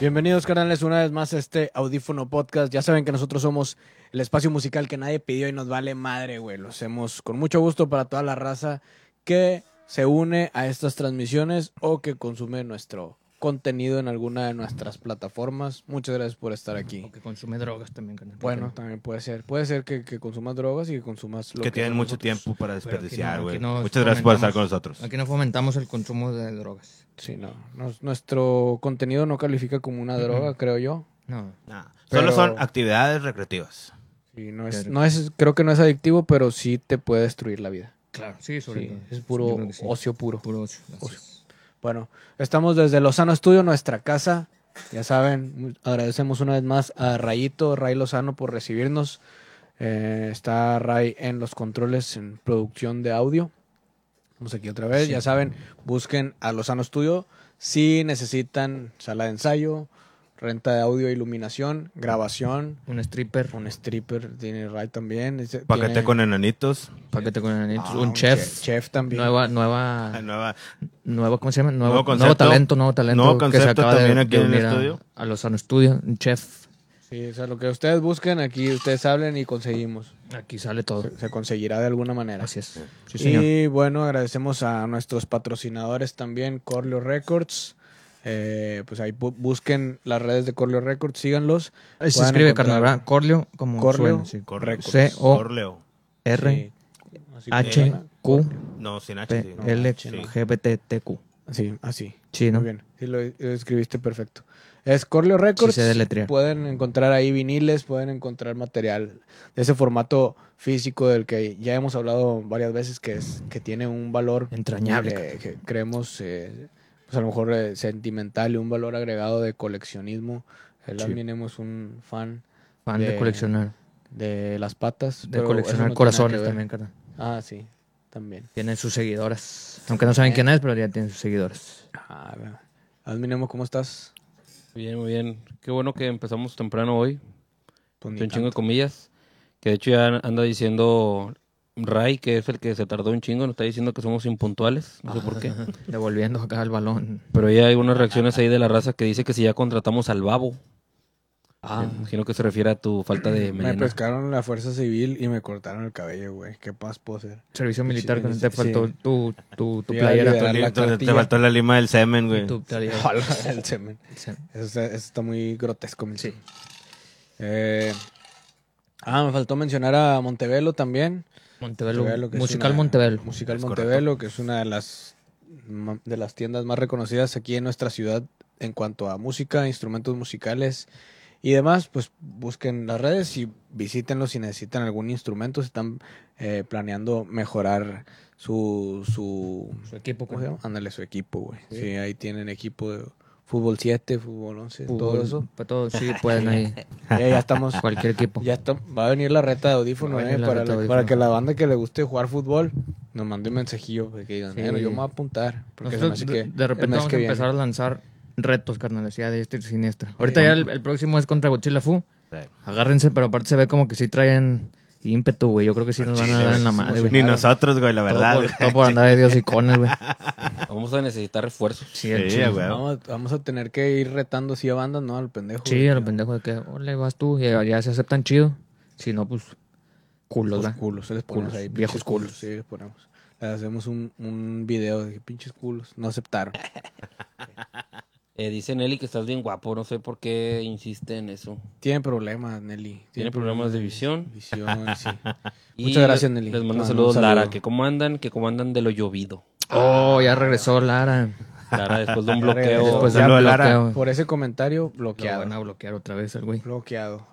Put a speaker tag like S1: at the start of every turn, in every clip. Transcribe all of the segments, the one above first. S1: Bienvenidos, canales, una vez más a este audífono podcast. Ya saben que nosotros somos el espacio musical que nadie pidió y nos vale madre, güey. Lo hacemos con mucho gusto para toda la raza que se une a estas transmisiones o que consume nuestro contenido en alguna de nuestras plataformas. Muchas gracias por estar aquí.
S2: O que consume drogas también, carnal. ¿por qué
S1: Bueno,
S2: no?
S1: también puede ser. Puede ser que, que consumas drogas y que consumas lo
S3: que, tienen mucho
S1: nosotros-
S3: tiempo para desperdiciar,
S2: no,
S3: güey.
S2: que no
S3: Muchas gracias por estar
S2: fomentamos.
S3: con nosotros.
S2: Aquí no fomentamos el consumo de drogas.
S1: Sí, no. Nos- nuestro contenido no califica como una droga, creo yo.
S2: No.
S3: Nah,
S1: Pero-
S3: Solo son actividades recreativas.
S1: Y no es,
S2: Claro.
S1: no es, creo que no es adictivo, pero sí te puede destruir la vida.
S2: Claro. Sí, sobre
S1: Sí,
S2: todo.
S1: es
S2: Yo
S1: puro
S2: creo que sí.
S1: ocio puro.
S2: Puro ocio. así
S1: Ocio.
S2: es.
S1: Bueno, estamos desde Lozano Estudio, nuestra casa. Ya saben, mu- agradecemos una vez más a Rayito, Ray Lozano, por recibirnos. Eh, está Ray en los controles, en producción de audio. Estamos aquí otra vez.
S2: Sí.
S1: Ya saben, busquen a Lozano Estudio si necesitan sala de ensayo, renta de audio, iluminación, grabación.
S2: Un stripper.
S1: Un stripper tiene Ray también. Dice-
S3: Paquete
S1: tiene-
S3: con enanitos.
S2: Paquete con enanitos.
S1: Ah,
S2: un chef.
S1: Chef, chef también.
S2: Nueva, nueva,
S3: Ah, nueva-
S2: nueva, ¿cómo se llama? Nuevo,
S3: Nuevo
S2: nuevo,
S3: concepto.
S2: talento, nuevo talento.
S3: Nuevo
S2: que se
S3: concepto
S2: acaba de-
S3: también
S2: de
S3: aquí en el
S2: unir a-
S3: estudio.
S2: A Lozano Studio, un chef.
S1: Sí, o sea, lo que ustedes busquen aquí, ustedes hablen y conseguimos.
S2: Aquí sale todo.
S1: Se- Se conseguirá de alguna manera.
S2: Así es. Sí, señor.
S1: y bueno, agradecemos a nuestros patrocinadores también, Corleo Records. Eh, pues ahí bu- busquen las redes de Corleo Records, síganlos.
S2: Ahí se
S1: puedan
S2: escribe,
S1: encontrar-
S2: carnal, ¿verdad? Corleo, como
S1: Corleo.
S2: suena, sí.
S3: Correcto.
S2: C, O,
S3: Corleo.
S2: R,
S1: Sí, así
S2: H,
S1: funciona.
S2: Q,
S3: No, sin
S2: P,
S3: H. sí.
S2: L,
S1: Sí.
S2: G, B, T, T, Q.
S1: Sí, así.
S2: Sí, ¿no?
S1: Muy bien. Sí, lo, lo escribiste perfecto. Es Corleo Records.
S2: Sí sé deletrear.
S1: Pueden encontrar ahí viniles, pueden encontrar material de ese formato físico del que ya hemos hablado varias veces, que es que tiene un valor
S2: Entrañable,
S1: eh, que creemos, eh, pues a lo mejor eh, sentimental y un valor agregado de coleccionismo. Él
S2: Sí.
S1: también es un fan
S2: Fan de
S1: de-
S2: coleccionar.
S1: de las patas.
S2: De
S1: pero eso no tiene
S2: coleccionar
S1: nada que
S2: corazones
S1: ver.
S2: también, carnal.
S1: Ah, sí, también.
S2: Tienen sus seguidoras. Aunque no saben quién es, pero ya tienen sus seguidores.
S1: Ah, vea. Admiremos cómo estás.
S4: Bien, muy bien. Qué bueno que empezamos temprano hoy.
S1: Pues ni
S4: Un chingo
S1: tanto.
S4: de comillas. Que de hecho ya anda diciendo Ray, que es el que se tardó un chingo. Nos está diciendo que somos impuntuales. No sé por qué.
S2: Devolviendo acá el balón.
S4: Pero ya hay unas reacciones ahí de la raza que dice que si ya contratamos al babo.
S2: Ah.
S4: Me imagino que se refiere a tu falta de
S1: Me
S4: melena.
S1: pescaron la fuerza civil y me cortaron el cabello, güey. ¿Qué paz puedo hacer?
S2: Servicio militar,
S1: Sí,
S2: cuando
S1: sí,
S2: te
S1: sí.
S2: faltó tu, tu, tu
S1: Sí,
S2: playera.
S1: ya,
S2: Tu,
S1: ya.
S2: li-
S1: la
S3: Te,
S1: cartilla.
S3: te faltó la lima del semen, güey.
S2: tu playera.
S1: Ojalá, el semen. Eso, está- eso está muy grotesco, mi
S2: Sí.
S1: semen. Eh, ah, me faltó mencionar a Montevelo también.
S2: Montevelo.
S1: Montevelo, que es
S2: Musical
S1: una-
S2: Montevelo.
S1: Musical
S3: Es
S1: Montevelo, que es una de las, ma- de las tiendas más reconocidas aquí en nuestra ciudad en cuanto a música, instrumentos musicales y demás. Pues busquen las redes y visítenlo si necesitan algún instrumento, si están eh, planeando mejorar su, su,
S2: Su equipo.
S1: ¿Cómo se
S2: carnal.
S1: llama? Ándale su equipo, güey. Sí. ahí tienen equipo de fútbol 7, fútbol 11, todo
S2: Fútbol,
S1: eso.
S2: Para todo, sí, pueden ahí.
S1: Ya, ya estamos.
S2: Cualquier equipo.
S1: Ya está, va a venir la reta de audífono,
S2: Va a
S1: eh,
S2: venir la
S1: para,
S2: reta de
S1: la-
S2: audífono.
S1: para que la banda que le guste jugar fútbol nos mande un mensajillo de que digan,
S2: Sí.
S1: "Eh, yo me voy a apuntar. Porque se me
S2: Nosotros
S1: hace que
S2: de, de
S1: el
S2: repente
S1: mes
S2: vamos
S1: que
S2: a
S1: viene".
S2: empezar a lanzar retos, carnal, así a diestra y siniestra. Ahorita ya el, el próximo es contra Godzilla Fu.
S3: Sí.
S2: Agárrense, pero aparte se ve como que sí traen ímpetu, güey. Yo creo que sí nos van a dar en la madre, güey.
S3: Ni nosotros, güey, la verdad.
S2: Todo
S3: güey.
S2: por, todo por andar de Dios y cones, güey.
S4: Vamos a necesitar refuerzos.
S2: Sí, el
S3: Sí,
S2: chile.
S3: güey.
S1: Vamos, a- vamos a tener que ir retando así a bandas, ¿no? Al pendejo.
S2: Sí, a los pendejos de que, ole, vas tú, y ya se aceptan chido. Si no, pues, culos,
S1: Los
S2: ¿verdad?
S3: Pues
S1: culos, se les
S2: Culos,
S1: ponemos ahí,
S2: viejos
S1: pinches
S2: culos.
S1: Sí, les ponemos. Les hacemos un, un video de que pinches culos. No aceptaron.
S4: Eh, dice Nelly que estás bien guapo. No sé por qué insiste en eso.
S1: Tiene problemas, Nelly.
S4: Tiene problemas de visión.
S1: Visión, sí.
S4: Y
S1: Muchas gracias,
S4: le-
S1: Nelly.
S4: Les
S1: Te
S4: mando
S1: mando
S4: saludos,
S1: un
S4: Lara.
S1: saludo.
S4: Que cómo andan, que cómo andan de lo llovido.
S2: Oh, ya regresó Lara.
S4: Lara, después de un
S1: Lara,
S4: bloqueo.
S2: Después de
S3: saludo a Lara.
S2: bloqueo.
S1: Por ese comentario,
S2: Lo
S1: bloqueado.
S2: van a bloquear otra vez al güey.
S1: Bloqueado.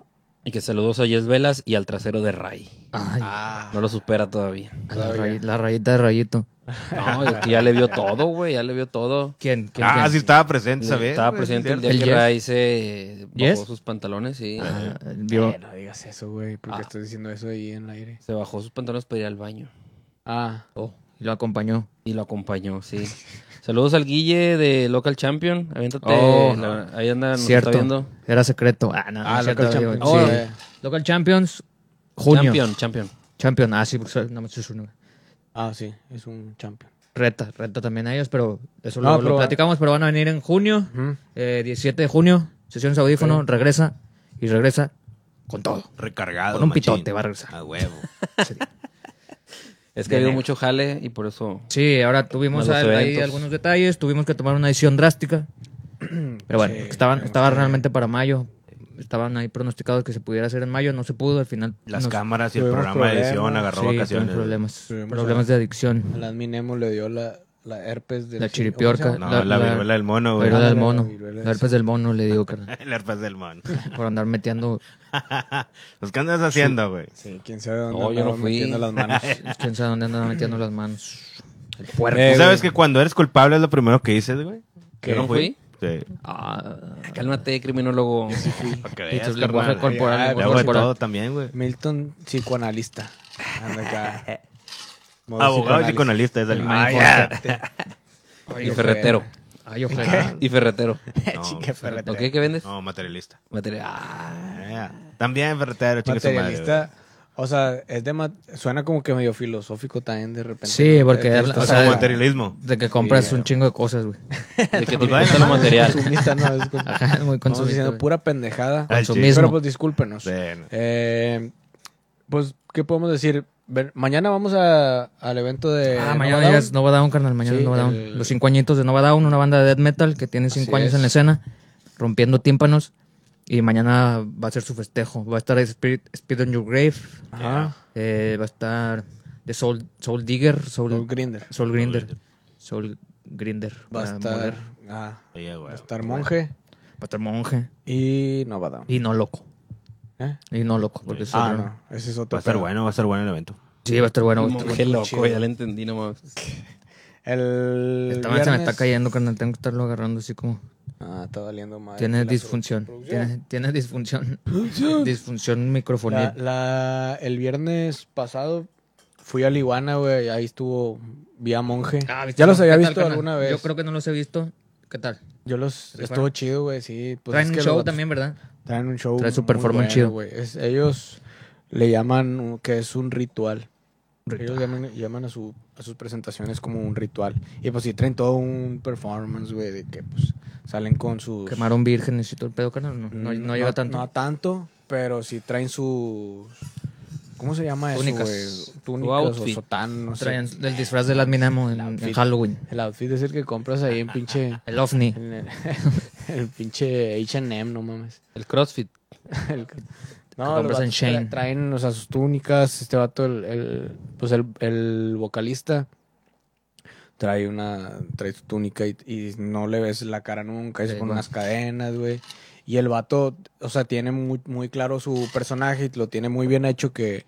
S4: Y que saludos a Jess Velas y al trasero de Ray.
S3: Ah,
S2: Ay,
S4: No lo supera todavía.
S2: a la, rayi- la rayita de rayito.
S4: No, es que ya le vio todo, güey. Ya le vio todo.
S2: ¿Quién? ¿Quién?
S3: Ah,
S2: quién?
S3: sí estaba presente,
S4: Le-
S3: ¿sabes?
S4: Estaba
S3: güey?
S4: presente
S3: Sí,
S4: el día
S2: ¿El
S4: que
S2: Jess?
S4: Ray se bajó
S2: ¿Jess?
S4: sus pantalones, sí.
S2: Ah, vio-
S1: Eh, no digas eso, güey,
S2: Ah.
S1: porque estás diciendo eso ahí en el aire.
S4: Se bajó sus pantalones para ir al baño.
S1: Ah,
S2: oh, y lo acompañó.
S4: Y lo acompañó, sí. Saludos al Guille de Local Champion. Aviéntate.
S2: Oh,
S4: la- ahí anda, Ah, nos
S2: Cierto.
S4: está viendo.
S2: Era secreto. Ah, no,
S1: Ah,
S2: no es
S1: Local
S2: cierto,
S1: Champions.
S2: digo,
S1: Oh,
S2: sí.
S1: eh.
S2: Local Champions, junio. Champion.
S4: Champion, Champion.
S2: Ah, sí, porque nada más es uno.
S1: ah, sí, es un champion.
S2: Reta, reta también a ellos, pero eso
S1: No,
S2: luego lo,
S1: pero-
S2: platicamos. Pero van a venir en junio, eh, 17 de junio. sesiones de audífono, regresa y regresa con todo.
S3: Recargado.
S2: Con un
S3: machín.
S2: pitote va a regresar.
S3: A huevo.
S4: Es que ha habido mucho jale y por eso.
S2: Sí, ahora tuvimos
S4: Malos
S2: al- ahí
S4: eventos.
S2: algunos detalles, tuvimos que tomar una decisión drástica. Pero bueno,
S1: Sí,
S2: estaban,
S1: tenemos
S2: estaba
S1: que-
S2: realmente para mayo. Estaban ahí pronosticados que se pudiera hacer en mayo, no se pudo, al final
S3: Las
S2: nos-
S3: cámaras y el
S1: Tuvimos
S3: programa de edición
S1: problemas.
S3: agarró
S2: sí,
S3: vacaciones.
S2: tuvimos problemas,
S1: Tuvimos
S2: problemas de
S1: A
S2: adicción,
S1: las Minemo le dio la, la herpes del
S2: La
S1: chi-
S2: chiripiorca.
S1: ¿cómo se llama?
S3: No,
S2: La-
S3: la,
S2: la-
S3: viruela del mono, güey.
S2: pero
S1: la-
S2: del
S1: la
S2: mono,
S1: viruela,
S2: la herpes del mono le dio carnal,
S3: El herpes del mono.
S2: por andar metiendo,
S3: Pues, ¿qué andas haciendo, güey?
S1: Sí, quién sabe dónde
S4: No, yo no
S1: andaba
S4: fui.
S1: metiendo las manos.
S2: pues, quién sabe dónde andaba metiendo las manos. El
S1: Eh,
S2: puerco.
S3: ¿Tú
S1: güey.
S3: sabes que cuando eres culpable es lo primero que dices, güey?
S1: ¿Qué?
S3: Yo no fui. Sí.
S2: Ah,
S4: Cálmate, criminólogo.
S3: Para que
S2: y
S3: veas,
S2: tu lenguaje
S3: carnal.
S2: corporal,
S1: Ya,
S2: lenguaje
S1: ya,
S3: Luego de
S2: corporal.
S3: todo también, güey.
S1: Milton, psicoanalista. Anda acá. Modo
S3: Abogado y
S1: psicoanálisis.
S3: psicoanalista es el
S2: Ay,
S3: man.
S4: y ferretero.
S2: Ay, ojalá.
S4: Y ferretero.
S3: No,
S1: Chique ferretero.
S4: ¿Ok? ¿Qué vendes?
S3: No, materialista.
S4: Materia- ah,
S3: Eh, También ferretero, chicos.
S1: Materialista. O sea, es de ma- suena como que medio filosófico también de repente.
S2: Sí, porque
S1: Te- te
S2: habla-
S1: estás
S2: o
S3: O
S2: sea,
S3: sea,
S2: de-
S3: materialismo.
S2: De que compras
S1: Sí,
S2: un chingo de cosas, güey.
S4: De que te
S3: Pues vaya
S4: gusta lo
S3: nomás.
S4: material.
S1: consumista, ¿no? Es con-
S2: Ajá, muy
S1: Estamos
S2: consumista.
S1: diciendo
S2: güey.
S1: pura pendejada.
S3: Ay,
S2: Consumismo.
S1: Pero pues discúlpenos.
S3: Sí, no.
S1: Eh, pues, ¿qué podemos decir? Ver, mañana vamos a- al evento de.
S2: Ah,
S1: Nova
S2: mañana
S1: Down.
S2: llegas Nova Down, carnal. Mañana
S1: Sí,
S2: Nova Down.
S1: el-
S2: Los cinco añitos de Nova Down, una banda de death metal que tiene cinco
S1: Así
S2: años en la
S1: es.
S2: escena, rompiendo tímpanos. Y mañana va a ser su festejo. Va a estar Spirit, Spirit on Your Grave.
S1: Ajá.
S2: eh, va a estar The Soul, Soul Digger. Soul,
S1: Soul Grinder.
S2: Soul Grinder. Soul Grinder.
S1: Va a
S2: para
S1: estar.
S2: moler. Va
S1: ah,
S3: Oye, güey.
S1: va a estar Monje
S2: a estar Monje.
S1: y Nova Down.
S2: Y no loco.
S1: ¿Eh?
S2: Y no loco. Porque es
S1: Ah,
S2: otro-
S1: no. Ese es otro.
S3: Va a estar
S1: pedo.
S3: bueno, va a estar bueno el evento.
S2: Sí, va a estar bueno. va a
S4: Como,
S2: estar bueno.
S4: Qué loco,
S1: chido.
S4: ya le entendí nomás.
S1: El.
S2: Esta madre se me está
S1: viernes-
S2: cayendo, carnal. Tengo que estarlo agarrando así como.
S1: Ah, está valiendo madre.
S2: Tiene
S1: La
S2: disfunción.
S1: superproducción.
S2: Tiene, tiene disfunción. disfunción microfonía.
S1: La, la- el viernes pasado fui a Liguana, güey. Ahí estuvo vía monje.
S2: Ah, ¿viste
S1: ya los
S2: cómo?
S1: había
S2: ¿Qué tal,
S1: visto
S2: carnal?
S1: alguna vez.
S2: Yo creo que no los he visto. ¿Qué tal?
S1: Yo los
S2: ¿Se
S1: estuvo
S2: fueron?
S1: chido, güey, sí. Pues
S2: Traen
S1: es
S2: un
S1: que los
S2: show
S1: vatos
S2: también, ¿verdad?
S1: Traen un show.
S2: Trae su
S1: muy
S2: performance chido.
S1: güey. Es- ellos le llaman un- que es un ritual. Ellos llaman, llaman a, su, a sus presentaciones como un ritual. Y pues sí, traen todo un performance, güey, de que pues salen con sus. Mm,
S2: Quemaron vírgenes y todo el pedo, carnal. No, no, no llega tanto.
S1: No tanto, pero sí traen sus. ¿Cómo se llama eso?
S2: Túnicas.
S1: güey?
S4: Su
S1: Túnicas o
S4: outfit.
S1: sotán, no sé.
S2: Traen el disfraz de las Minamo en,
S1: El
S2: en
S1: outfit.
S2: Halloween.
S1: El outfit es el que compras ahí en pinche.
S2: El ovni.
S1: En el, el pinche HM, no mames.
S4: El CrossFit.
S1: El-
S2: compras
S1: no, los vatos
S2: en Shein.
S1: tra- traen o sea, sus túnicas. Este vato, el, el- pues el, el vocalista, trae una trae su túnica y, y no le ves la cara nunca. Es
S2: Sí,
S1: con
S2: bueno.
S1: unas cadenas, güey. Y el vato, o sea, tiene muy, muy claro su personaje y lo tiene muy bien hecho que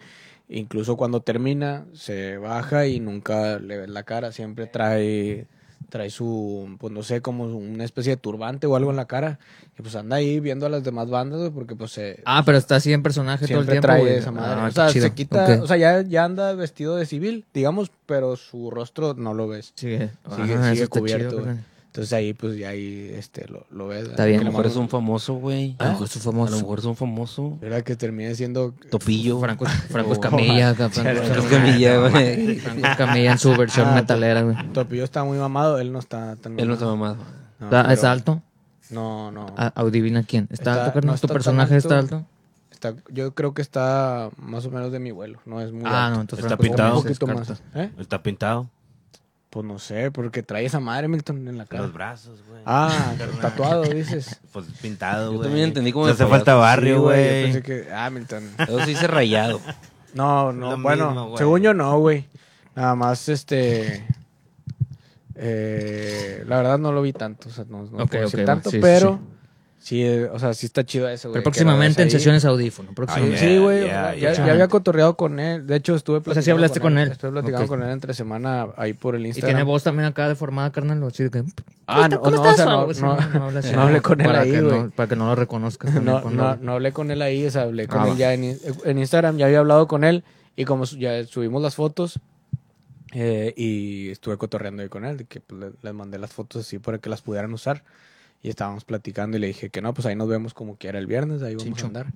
S1: incluso cuando termina se baja y nunca le ves la cara. Siempre trae trae su, pues no sé, como una especie de turbante o algo en la cara. Y pues anda ahí viendo a las demás bandas, güey, porque pues se,
S2: Ah, pero está así en personaje todo el
S1: siempre
S2: tiempo.
S1: trae
S2: güey.
S1: esa madre.
S2: Ah,
S1: o sea,
S2: qué chido.
S1: se quita,
S2: Ok.
S1: o sea, ya, ya anda vestido de civil, digamos, pero su rostro no lo ves.
S2: sigue,
S1: sigue
S2: Ah, eso está
S1: cubierto,
S2: chido,
S1: güey.
S2: carnal.
S1: Entonces ahí, pues ya ahí este, lo, lo ves.
S2: Está
S1: ¿verdad?
S2: bien,
S1: Que le
S4: A lo mejor es
S1: mandan-
S4: un famoso, güey.
S2: A lo mejor es un
S4: A lo
S2: famoso.
S4: mejor es un famoso.
S1: ¿verdad? que termine siendo...
S4: Topillo.
S2: Franco, Franco
S4: Oh.
S2: Escamilla, acá, Franco
S4: Franco
S2: Escamilla,
S4: Escamilla,
S2: güey.
S4: güey.
S2: Franco Escamilla en su versión
S1: Ah,
S2: metalera, güey.
S1: Topillo está muy mamado, él no está tan...
S4: Él no está mamado.
S1: No,
S2: ¿Está, Ah.
S1: pero-
S2: está alto?
S1: No, no.
S2: A- adivina quién. ¿Está,
S1: Está-
S2: alto, carnal?
S1: no
S2: ¿Tu
S1: está tan
S2: personaje está
S1: alto.
S2: alto?
S1: Está- yo creo que está más o menos de mi vuelo, no es muy
S2: Ah,
S1: alto.
S2: no, entonces
S3: Está
S2: Franco Escamilla
S3: pintado.
S1: Un
S2: se
S1: poquito más.
S2: descarta.
S1: ¿Eh?
S3: Está pintado.
S1: Pues no sé, porque trae esa madre, Milton, en la cara.
S3: Los brazos, güey.
S1: Ah, tatuado, dices.
S3: Pues pintado,
S4: Yo
S3: güey.
S4: también entendí como
S3: Se
S4: de
S3: hace
S4: payaso.
S3: falta barrio,
S1: Sí,
S3: güey.
S1: yo pensé que- Ah, Milton.
S4: Eso sí se rayado.
S1: No, no,
S3: Lo
S1: bueno,
S3: mismo, güey.
S1: según yo no, güey. Nada más, este... eh, la verdad no lo vi tanto, o sea, no, no
S2: Ok,
S1: puedo
S2: ok,
S1: decir
S2: güey,
S1: tanto,
S2: sí, sí,
S1: pero... Sí, eh, o sea, sí está chido eso, güey.
S2: Pero
S1: que lo ves
S2: próximamente en
S1: ahí.
S2: sesiones audífono.
S1: Sí,
S2: Próximamente.
S3: Ah,
S1: sí,
S3: yeah,
S1: güey.
S3: yeah,
S1: ya-
S3: yeah.
S1: ya, había cotorreado con él. De hecho, estuve
S2: sea, sí hablaste con él.
S1: Estuve platicando
S2: Ok.
S1: con él entre semana ahí por el
S2: y
S1: Instagram.
S2: tiene voz también acá deformada, carnal. Así de que,
S1: Ah, no,
S2: ¿Cómo
S1: no, o
S2: estás?
S1: sea, no,
S2: Algo así,
S1: no,
S2: habla así.
S1: no hablé con él
S2: Para
S1: ahí,
S2: que
S1: güey.
S2: no- Para que no lo reconozcas. también
S1: No,
S2: cuando-
S1: no, no hablé con él ahí, o sea, hablé con
S2: Ah,
S1: él
S2: va.
S1: ya en, en Instagram, ya había hablado con él y como su- ya subimos las fotos eh, y estuve cotorreando ahí con él, de que pues, le- les mandé las fotos así para que las pudieran usar y estábamos platicando y le dije que no, pues ahí nos vemos como quiera el viernes, ahí vamos
S2: Chincho.
S1: a andar.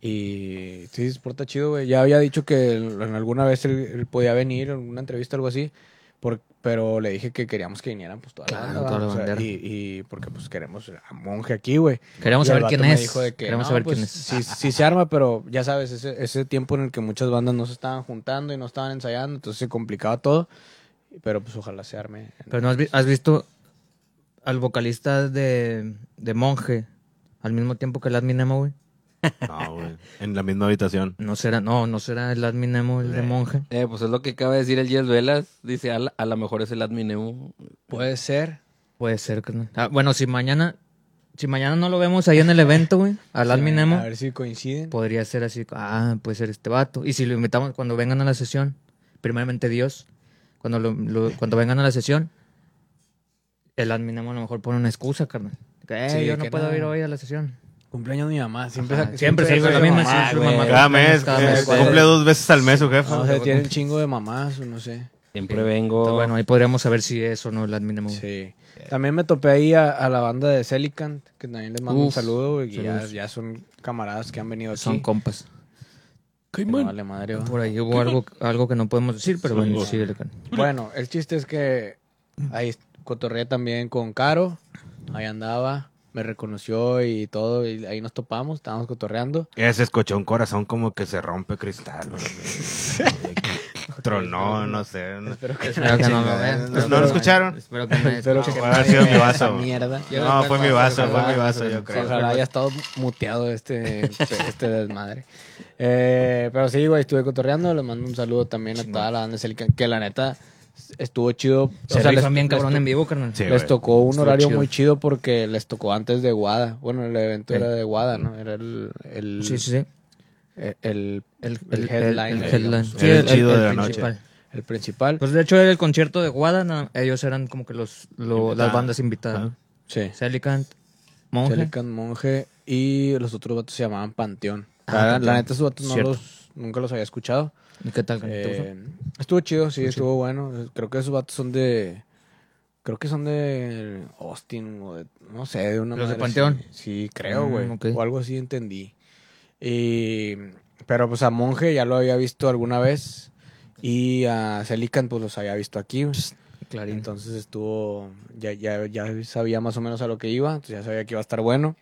S1: Y sí, se porta chido, güey. Ya había dicho que en alguna vez él, él podía venir, en una entrevista o algo así, por- Pero le dije que queríamos que vinieran, pues, toda la
S5: Claro,
S1: banda,
S5: toda la
S1: ¿va? O sea,
S5: bandera.
S1: y, y porque, pues, queremos a Monje aquí, güey.
S5: Queremos
S1: Y el
S5: saber
S1: vato
S5: quién
S1: me
S5: es.
S1: dijo de que,
S5: Queremos
S1: no,
S5: saber
S1: pues,
S5: quién es.
S1: Sí, sí se arma, pero ya sabes, ese, ese tiempo en el que muchas bandas no se estaban juntando y no estaban ensayando, entonces se complicaba todo. Pero, pues, ojalá se arme.
S2: Pero no has, vi- has visto al vocalista de, de Monje al mismo tiempo que el Admin Emo, güey.
S3: No, güey. En la misma habitación.
S2: No será, no, no será el Admin Emo el de Monje.
S4: Eh, pues es lo que acaba de decir el Jess Velas. Dice, a la- a lo mejor es el adminemo.
S1: Puede ser.
S2: Puede ser. carnal. Ah, bueno, si mañana, si mañana no lo vemos ahí en el evento, güey, al Admin Emo,
S1: A ver si coinciden.
S2: podría ser así. Ah, puede ser este vato. Y si lo invitamos cuando vengan a la sesión, primeramente Dios, cuando, lo- lo- cuando vengan a la sesión, el Admin Emo a lo mejor pone una excusa, carnal. Que, "Eh,
S1: Sí,
S2: yo no
S1: que
S2: puedo
S1: no. Oh.
S2: ir hoy a la sesión.
S1: Cumpleaños de mi mamá. Siempre,
S2: Ajá,
S1: sa-
S2: siempre, siempre
S1: digo
S2: la
S1: eso,
S2: misma,
S1: mamá,
S2: siempre,
S1: güey.
S2: mamá.
S3: Cada mes.
S2: cada
S3: eh,
S2: mes,
S3: Cumple
S1: güey. Ah,
S3: dos veces al mes, su jefe.
S1: No, sé, tiene un chingo de mamás, o no sé.
S4: Siempre vengo.
S2: Entonces, bueno, ahí podríamos saber si es o no el admin emo, güey.
S1: Sí. También me topé ahí a, a la banda de Celicant, que también les mando un
S2: Uf,
S1: saludo, güey, y ya,
S2: saludos.
S1: ya son camaradas que han venido aquí.
S2: Son compas.
S1: Que no vale madre, güey.
S2: Por ahí hubo algo, algo que no podemos decir, pero bueno, sí. el-
S1: Bueno, el chiste es que ahí cotorreé también con Caro, ahí andaba, me reconoció y todo, y ahí nos topamos, estábamos cotorreando.
S3: Ese escuchó un corazón como que se rompe cristal. güey. Tronó, no sé. No,
S1: Espero que
S2: Espero que no lo vean.
S3: Pues ¿No lo escucharon?
S2: Espero que no.
S1: Espero
S2: escuchen.
S1: que
S3: Habrá sido mi
S1: esa
S3: vaso.
S1: mierda.
S3: No, fue mi vaso, fue mi vaso, yo creo.
S1: Ojalá haya estado muteado este, este desmadre. Eh, pero sí, güey, estuve cotorreando. Les mando un saludo también a toda la banda de Celica, que la neta estuvo chido. O
S2: O sea,
S1: les,
S2: les, bien
S1: les
S2: cabrón
S1: to-
S2: en vivo, carnal.
S3: Sí,
S1: les
S3: güey.
S1: tocó un
S2: Estuvo
S1: horario
S2: chido.
S1: muy chido porque les tocó antes de Guada. Bueno, el evento
S2: Sí.
S1: era de Guada, ¿no? Era el, el,
S2: Sí, sí, sí.
S1: el, el,
S2: El,
S1: el headline.
S2: El,
S1: digamos,
S2: headline.
S1: el-
S2: Sí,
S3: el chido de la
S2: principal.
S1: el principal.
S2: Pues de hecho era el concierto de Guada, na- ellos eran como que los, lo- las
S3: Invitados.
S2: bandas invitadas.
S3: Ajá.
S1: Sí.
S2: Celicant, Monje.
S1: Pelican, Monje y los otros vatos se llamaban Panteón. la, la neta, esos vatos no
S2: Ah, Cierto.
S1: los, nunca los había escuchado.
S2: ¿Y qué tal, carnal? ¿Te gustó?
S1: Eh, estuvo chido, sí, estuvo bueno. Creo que esos vatos son de. Creo que son de Austin o de. No sé, de una.
S2: ¿Los de
S1: madre
S2: Panteón?
S1: así. Sí, creo,
S2: Mm,
S1: güey.
S2: ok.
S1: O algo así entendí. Y. Pero pues a Monje ya lo había visto alguna vez. Y a Celican, pues los había visto aquí. güey.
S2: Clarín.
S1: Entonces estuvo, ya, ya, ya sabía más o menos a lo que iba, entonces ya sabía que iba a estar bueno.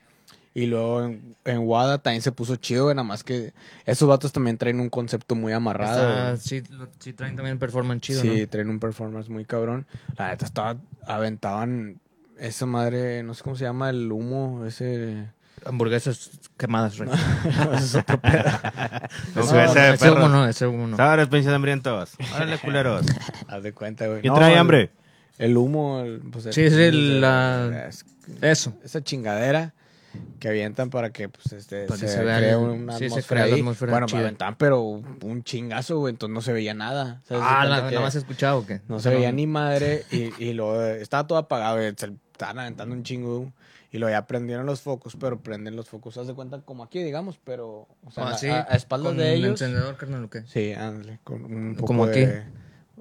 S1: Y luego en, en Wada también se puso chido, güey, nada más que esos vatos también traen un concepto muy amarrado.
S2: Está-
S1: güey.
S2: sí, lo- sí traen también performance chido,
S1: sí,
S2: ¿no?
S1: traen un performance muy cabrón. La neta estaba, aventaban esa madre, no sé cómo se llama, el humo, ese...
S2: Hamburguesas quemadas, rey.
S1: ese es otro pedo.
S3: Los
S2: No,
S3: ese de
S2: ese humo
S3: perro.
S2: no, ese humo no.
S3: Sabores, pinches hambrientos. Órale, culeros.
S1: Haz de cuenta, güey.
S3: ¿Quién
S1: No,
S3: trae
S1: el-
S3: hambre?
S1: El humo, el, pues, el-
S2: Sí, es el, la-
S1: es-
S2: Eso.
S1: esa chingadera que avientan para que pues este
S2: Para que
S1: se,
S2: se vea
S1: cree
S2: el-
S1: una
S2: sí, se
S1: atmósfera
S2: crea la
S1: ahí.
S2: atmósfera
S1: bueno,
S2: chida.
S1: aventaban, pero un chingazo, güey, entonces no se veía nada. ¿sabes?
S2: Ah,
S1: Se
S2: ¿la,
S1: cuenta
S2: la
S1: que
S2: más escuchado o qué?
S1: no se veía ni madre y, y luego eh, estaba todo apagado, güey, se estaban aventando un chingo y luego ya prendieron los focos, pero prenden los focos, haz de cuenta como aquí, digamos, pero o sea,
S2: Ah,
S1: a-
S2: sí,
S1: a, a espaldas
S2: con
S1: de
S2: el
S1: ellos.
S2: encendedor, carnal, o qué?
S1: Sí, ándale, con un poco
S2: ¿Como aquí?
S1: de-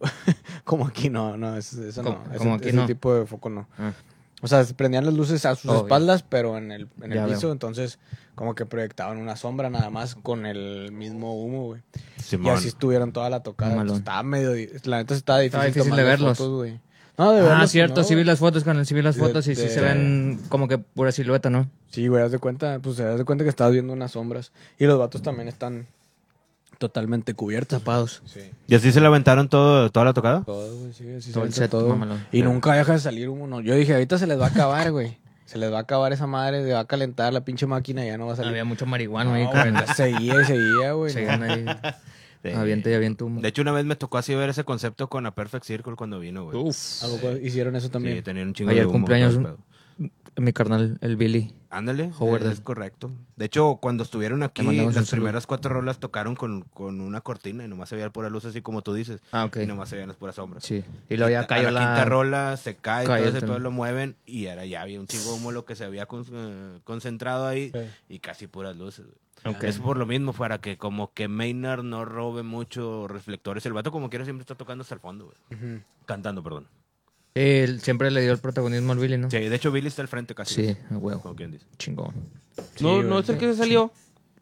S1: como aquí no, no, eso, eso no,
S2: Como-
S1: ese,
S2: como aquí
S1: ese
S2: no.
S1: tipo de foco no.
S2: Ah.
S1: O sea, se prendían las luces a sus
S2: Oh, ya.
S1: espaldas, pero en el, en el
S2: Ya veo.
S1: piso, entonces como que proyectaban una sombra nada más con el mismo humo, güey. Y
S3: Simón.
S1: así estuvieron toda la tocada.
S2: Mamalón.
S1: Entonces, estaba medio, di- la neta estaba difícil,
S2: Estaba difícil de
S1: tomar las
S2: verlos.
S1: fotos, güey. No, de verlos,
S2: Ah,
S1: pues,
S2: cierto,
S1: no,
S2: sí vi
S1: güey.
S2: las fotos, carnal, sí vi las
S1: De-
S2: fotos y sí
S1: de-
S2: se ven como que pura silueta, ¿no?
S1: Sí, güey, haz de cuenta, pues haz de cuenta que estabas viendo unas sombras y los vatos también están totalmente cubiertos.
S2: Tapados.
S1: Sí.
S3: ¿Y así se la aventaron todo, toda la tocada?
S1: Todo, güey, sí, así
S2: Todo
S1: se
S2: el
S1: entra
S2: set,
S1: todo.
S2: mamalón.
S1: Y nunca deja de salir humo. no. Yo dije, ahorita se les va a acabar, güey. Se les va a acabar esa madre, se va a calentar la pinche máquina y ya no va a salir.
S2: Había mucho marihuana
S1: No,
S2: ahí,
S1: güey,
S2: carnal.
S1: seguía y seguía, güey. no.
S2: Seguían ahí.
S3: Sí.
S2: Avienta y avienta humo.
S3: De hecho, una vez me tocó así ver ese concepto con la Perfect Circle cuando vino, güey.
S2: Uf.
S1: ¿A poco hicieron eso
S3: Sí,
S1: también.
S3: tenían un chingo
S2: Ayer
S3: de humo,
S2: cumpleaños-
S3: todo el pedo.
S2: Mi carnal, el Billy.
S3: Ándale,
S2: Howard
S3: eh,
S2: Del-
S3: es correcto. De hecho, cuando estuvieron aquí,
S2: Le mandamos
S3: las
S2: un
S3: primeras
S2: saludo.
S3: cuatro rolas tocaron con, con una cortina y nomás se veía pura luz, así como tú dices.
S2: Ah, ok.
S3: Y nomás se veían las puras sombras.
S2: Sí. Y luego ya
S3: A
S2: cayó
S3: la, quinta
S2: la...
S3: rola se cae,
S2: cayó
S3: todo
S2: el
S3: ese pedo
S2: tema.
S3: lo mueven y ahora ya había un chingo de humo lo que se había con- eh, concentrado ahí
S1: Sí.
S3: y casi puras luces. güey.
S2: Ok.
S3: Es por lo mismo, para que como que Maynard no robe mucho reflectores. El vato como quiera siempre está tocando hasta el fondo, güey.
S1: Ujú.
S3: Cantando, perdón.
S2: Sí, él siempre le dio el protagonismo al Billy, ¿no?
S3: Sí, de hecho Billy está al frente casi.
S2: Sí, a huevo.
S3: Como quien dice.
S2: Chingón.
S4: no,
S1: Sí,
S4: no
S1: güey.
S4: es el que se salió.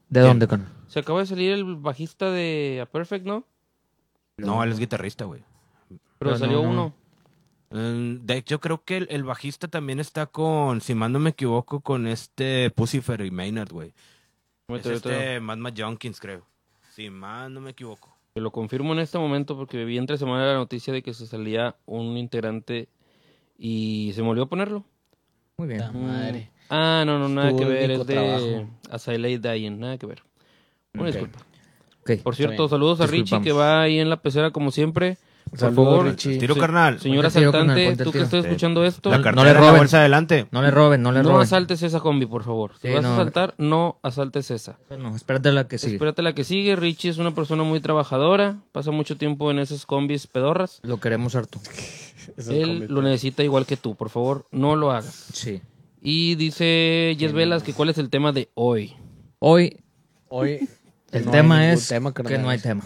S2: ¿De dónde, carnal?
S4: Se acaba de salir el bajista de A Perfect, ¿no?
S3: No, él es guitarrista, güey.
S4: Pero
S2: No,
S4: salió
S2: no, no.
S4: uno.
S3: Mm, De hecho, creo que el, el bajista también está con, si mal no me equivoco, con este Pucifer y Maynard, güey. Es
S4: Ahorita- ahorita
S3: este Mad Mad Jenkins, creo. Si mal no me equivoco.
S4: Te lo confirmo en este momento porque vi entre semana la noticia de que se salía un integrante y se me olvidó ponerlo.
S2: Muy bien.
S5: La madre.
S4: Mm. Ah, no, no, nada
S5: Estuvo
S4: que
S5: el
S4: ver.
S5: único
S4: Es de
S5: trabajo.
S4: Asailei Dayen, nada que ver. Una
S1: Ok.
S4: disculpa.
S2: Ok.
S1: Está
S4: Por cierto,
S1: bien.
S4: saludos a Richie
S2: Disculpamos.
S4: que va ahí en la pecera como siempre. Por
S1: Saludos,
S4: favor,
S1: Richie.
S3: Tiro
S4: Sí.
S3: carnal.
S4: señora
S2: Ponte el tiro, carnal,
S4: asaltante,
S2: ponte el
S4: tú que
S2: tiro.
S4: estás
S3: Sí.
S4: escuchando esto,
S3: La
S2: No- no
S3: cartera
S2: le
S3: en la
S2: roben.
S3: bolsa adelante.
S2: No le roben, no le
S4: no
S2: roben.
S4: asaltes esa combi, por favor. Si
S2: Sí,
S4: vas
S2: no.
S4: a asaltar, no asaltes esa.
S2: No, espérate la que sigue.
S4: Espérate la que sigue. Richie es una persona muy trabajadora, pasa mucho tiempo en esas combis pedorras.
S2: Lo queremos harto.
S4: Él lo necesita igual que tú, por favor, no lo hagas.
S2: Sí.
S4: Y dice Jess Velas que cuál es el tema de hoy.
S2: Hoy
S1: Hoy
S2: el
S1: no hay
S2: tema
S1: ningún
S2: es
S1: tema,
S2: que
S1: carnal.
S2: no hay tema.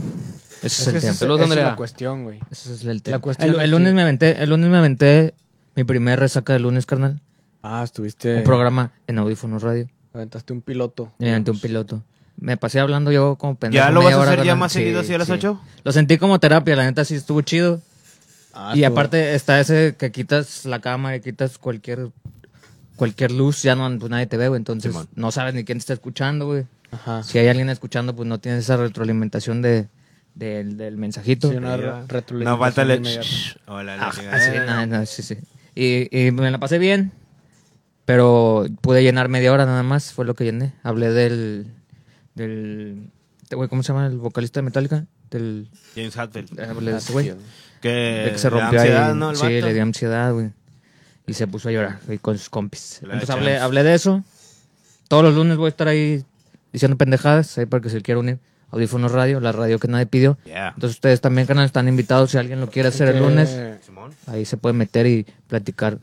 S2: Ese es,
S1: Es que
S2: el
S1: esa
S2: tema.
S1: es,
S4: Saludos,
S1: esa es
S4: Andrea.
S1: la cuestión, güey.
S2: Ese es el tema.
S1: La cuestión
S2: El, el
S1: es
S2: lunes
S1: que-
S2: me aventé, el lunes me aventé mi primer resaca de lunes, carnal.
S1: Ah, estuviste...
S2: Un programa Eh, en audífonos radio.
S1: Aventaste un piloto.
S2: Me aventé un piloto. Me pasé hablando yo como pendejo.
S3: ¿Ya lo
S2: media
S3: vas a
S2: hora,
S3: hacer ya
S2: carnal.
S3: más seguido así a las ocho?
S2: Lo sentí como terapia, la neta sí estuvo chido.
S1: Ah,
S2: y
S1: estuvo-
S2: aparte está ese que quitas la cámara y quitas cualquier cualquier luz, ya no pues nadie te ve, güey, entonces
S3: Simón. Ah.
S2: no sabes ni quién te está escuchando, güey.
S1: Ajá.
S2: Si hay alguien escuchando, pues no tienes esa retroalimentación de, del- del mensajito.
S1: Sí, una re-
S3: No,
S1: retroalimentación
S3: falta el...
S1: inmediata.
S3: shh, Hola, la
S2: Ah,
S3: chingada.
S2: sí, nada, nada, sí, sí. Y, y me la pasé bien, pero pude llenar media hora nada más, fue lo que llené. Hablé del... del este güey, ¿Cómo se llama el vocalista de Metallica? Del, ah,
S3: James Hatfield.
S2: hablé de ese güey.
S3: Que,
S2: De que se
S3: Eh, le da
S2: rompió
S3: ansiedad,
S2: ahí.
S3: ¿no? El
S2: sí,
S3: vato.
S2: le dio ansiedad, güey. Y se puso a llorar güey, con sus compis.
S3: La de
S2: Entonces hablé,
S3: Chance.
S2: hablé de eso. Todos los lunes voy a estar ahí diciendo pendejadas, ahí para que se quiera unir. Audífonos Radio, la radio que nadie pidió.
S3: Yeah.
S2: Entonces ustedes también, canal, están invitados. Si alguien lo quiere hacer el
S1: Que-
S2: lunes,
S3: Simón.
S2: ahí se puede meter y platicar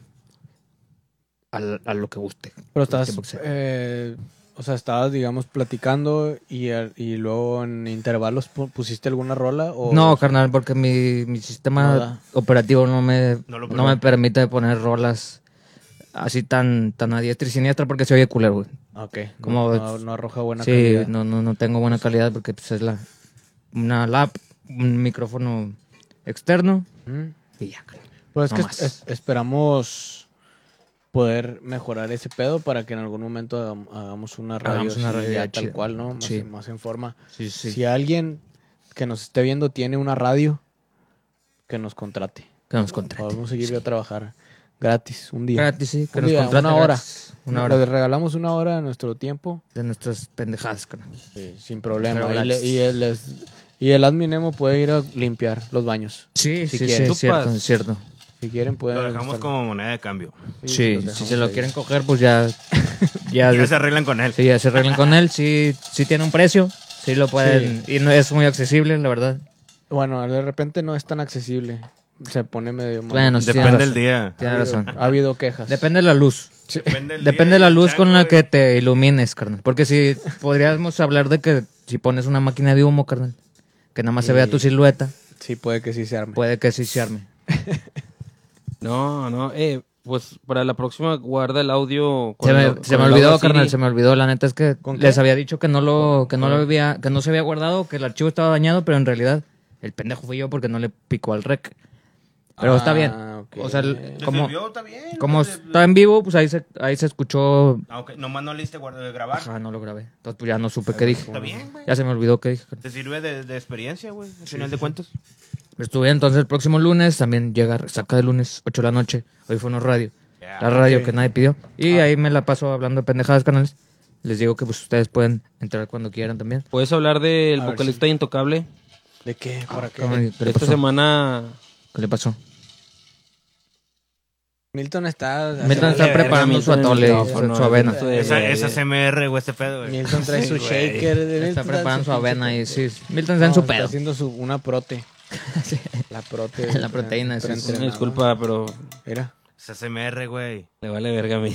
S2: al- a, lo que guste.
S1: Pero
S2: Lo que
S1: estabas,
S2: sea.
S1: eh, o sea, estabas, digamos, platicando y, al- y luego en intervalos pu- pusiste alguna rola o...
S2: No, carnal, porque mi, mi sistema
S1: Nada.
S2: operativo no me,
S3: No lo
S2: no me permite poner rolas así tan, tan a diestra y siniestra porque se oye culero, güey.
S1: Ok,
S2: Como-
S1: no, no, no arroja buena
S2: sí,
S1: calidad.
S2: No, no, no tengo buena calidad porque pues, es la, una lap, un micrófono externo
S1: Ujú.
S2: y ya. carnal.
S1: Pues es
S2: No
S1: que
S2: más.
S1: es- esperamos poder mejorar ese pedo para que en algún momento hagam- hagamos una radio,
S2: Hagamos una
S1: así
S2: radio
S1: ya
S2: ya
S1: tal
S2: chida.
S1: cual, ¿no? Más,
S2: Sí.
S1: más en forma.
S2: Sí, sí.
S1: Si alguien que nos esté viendo tiene una radio, que nos contrate.
S2: Que nos contraten.
S1: Podemos seguir a trabajar gratis un día.
S2: Gratis, sí, que
S1: Un
S2: nos
S1: día,
S2: contraten
S1: una hora.
S2: gratis. Una hora
S1: Le regalamos una hora de nuestro tiempo
S2: de nuestras pendejadas, carnal.
S1: eh, sin problema.
S2: Pero
S1: Y, le-
S2: gratis.
S1: y el, es- y el admin Nemo puede ir a limpiar los baños.
S2: Sí,
S1: Si
S2: sí, sí,
S1: quieren.
S2: es cierto,
S4: Tupas.
S2: es cierto.
S1: Si quieren, pueden.
S3: Lo dejamos
S1: estar-
S3: como moneda de cambio.
S2: Sí,
S1: los
S2: si
S1: dejamos
S2: se lo
S1: ahí.
S2: quieren coger, pues ya, ya,
S3: Ya se arreglan con él.
S2: sí, ya se arreglan con él. Sí, sí tiene un precio, sí lo pueden, y no es muy accesible, la verdad.
S1: Bueno, de repente no es tan accesible. Se pone medio mal.
S2: Bueno, sí,
S3: Depende
S2: tienes
S3: del día.
S2: Tiene razón.
S1: Ha habido quejas.
S2: Depende de la luz.
S3: Depende, del
S2: Depende de
S3: día,
S2: la luz
S3: ya,
S2: con la
S3: güey.
S2: que te ilumines, carnal. Porque si podríamos hablar de que si pones una máquina de humo, carnal, que nada más se vea tu silueta,
S1: Sí, puede que sí se arme.
S2: puede que sí se arme.
S4: No, no, eh, pues para la próxima guarda el audio.
S2: Se
S4: con el-
S2: me,
S4: con
S2: se me
S4: el
S2: olvidó,
S4: audio
S2: carnal,
S4: CD.
S2: se me olvidó. La neta es que
S1: ¿Con
S2: les
S1: qué?
S2: había dicho que no lo, que no lo había, que no se había guardado, que el archivo estaba dañado, pero en realidad el pendejo fui yo porque no le picó al rec. Pero está
S1: Ah,
S2: bien.
S1: ok.
S2: O sea, el-
S3: ¿Te
S2: como,
S3: sirvió? Está bien.
S2: como
S3: Te-
S2: está en vivo, pues ahí se, ahí se escuchó.
S3: Ah, ok. Nomás no le diste guarda- grabar.
S2: Ajá, no lo grabé. Entonces pues ya no supe qué dije.
S3: Ah, Está bien, güey.
S2: Ya se me olvidó qué dije. carnal.
S3: Te sirve de, de experiencia, güey. Al final de cuentas.
S2: Estuve entonces el próximo lunes, también llega, saca el lunes, 8 de la noche, hoy fue radio,
S3: Ya,
S2: la radio que nadie pidió. Y ahí me la paso hablando de pendejadas, canales. Les digo que pues ustedes pueden entrar cuando quieran también.
S4: Puedes hablar del
S1: A ver,
S4: vocalista intocable.
S1: ¿De qué? ¿Para qué?
S2: Cabrón, ¿Qué le
S4: Esta
S2: pasó?
S4: semana
S2: ¿Qué le pasó?
S1: Milton está.
S2: Milton está
S4: verga,
S2: preparando su
S4: Milton en el
S2: atole,
S4: micrófono,
S2: su avena.
S4: eso de-
S3: Esa, esa CMR, güey, este pedo, güey.
S1: Milton trae su shaker. Milton
S2: Está
S1: trae
S2: preparando su
S1: pinche
S2: avena y
S1: prote-
S2: sí. Milton
S1: No,
S2: está en su
S1: está
S2: pedo.
S1: haciendo su, una prote. La prote.
S2: La proteína, sí, sí.
S4: Una
S1: preentrenado.
S4: disculpa, pero
S1: Mira.
S3: Esa CMR, güey.
S4: le vale verga a mí.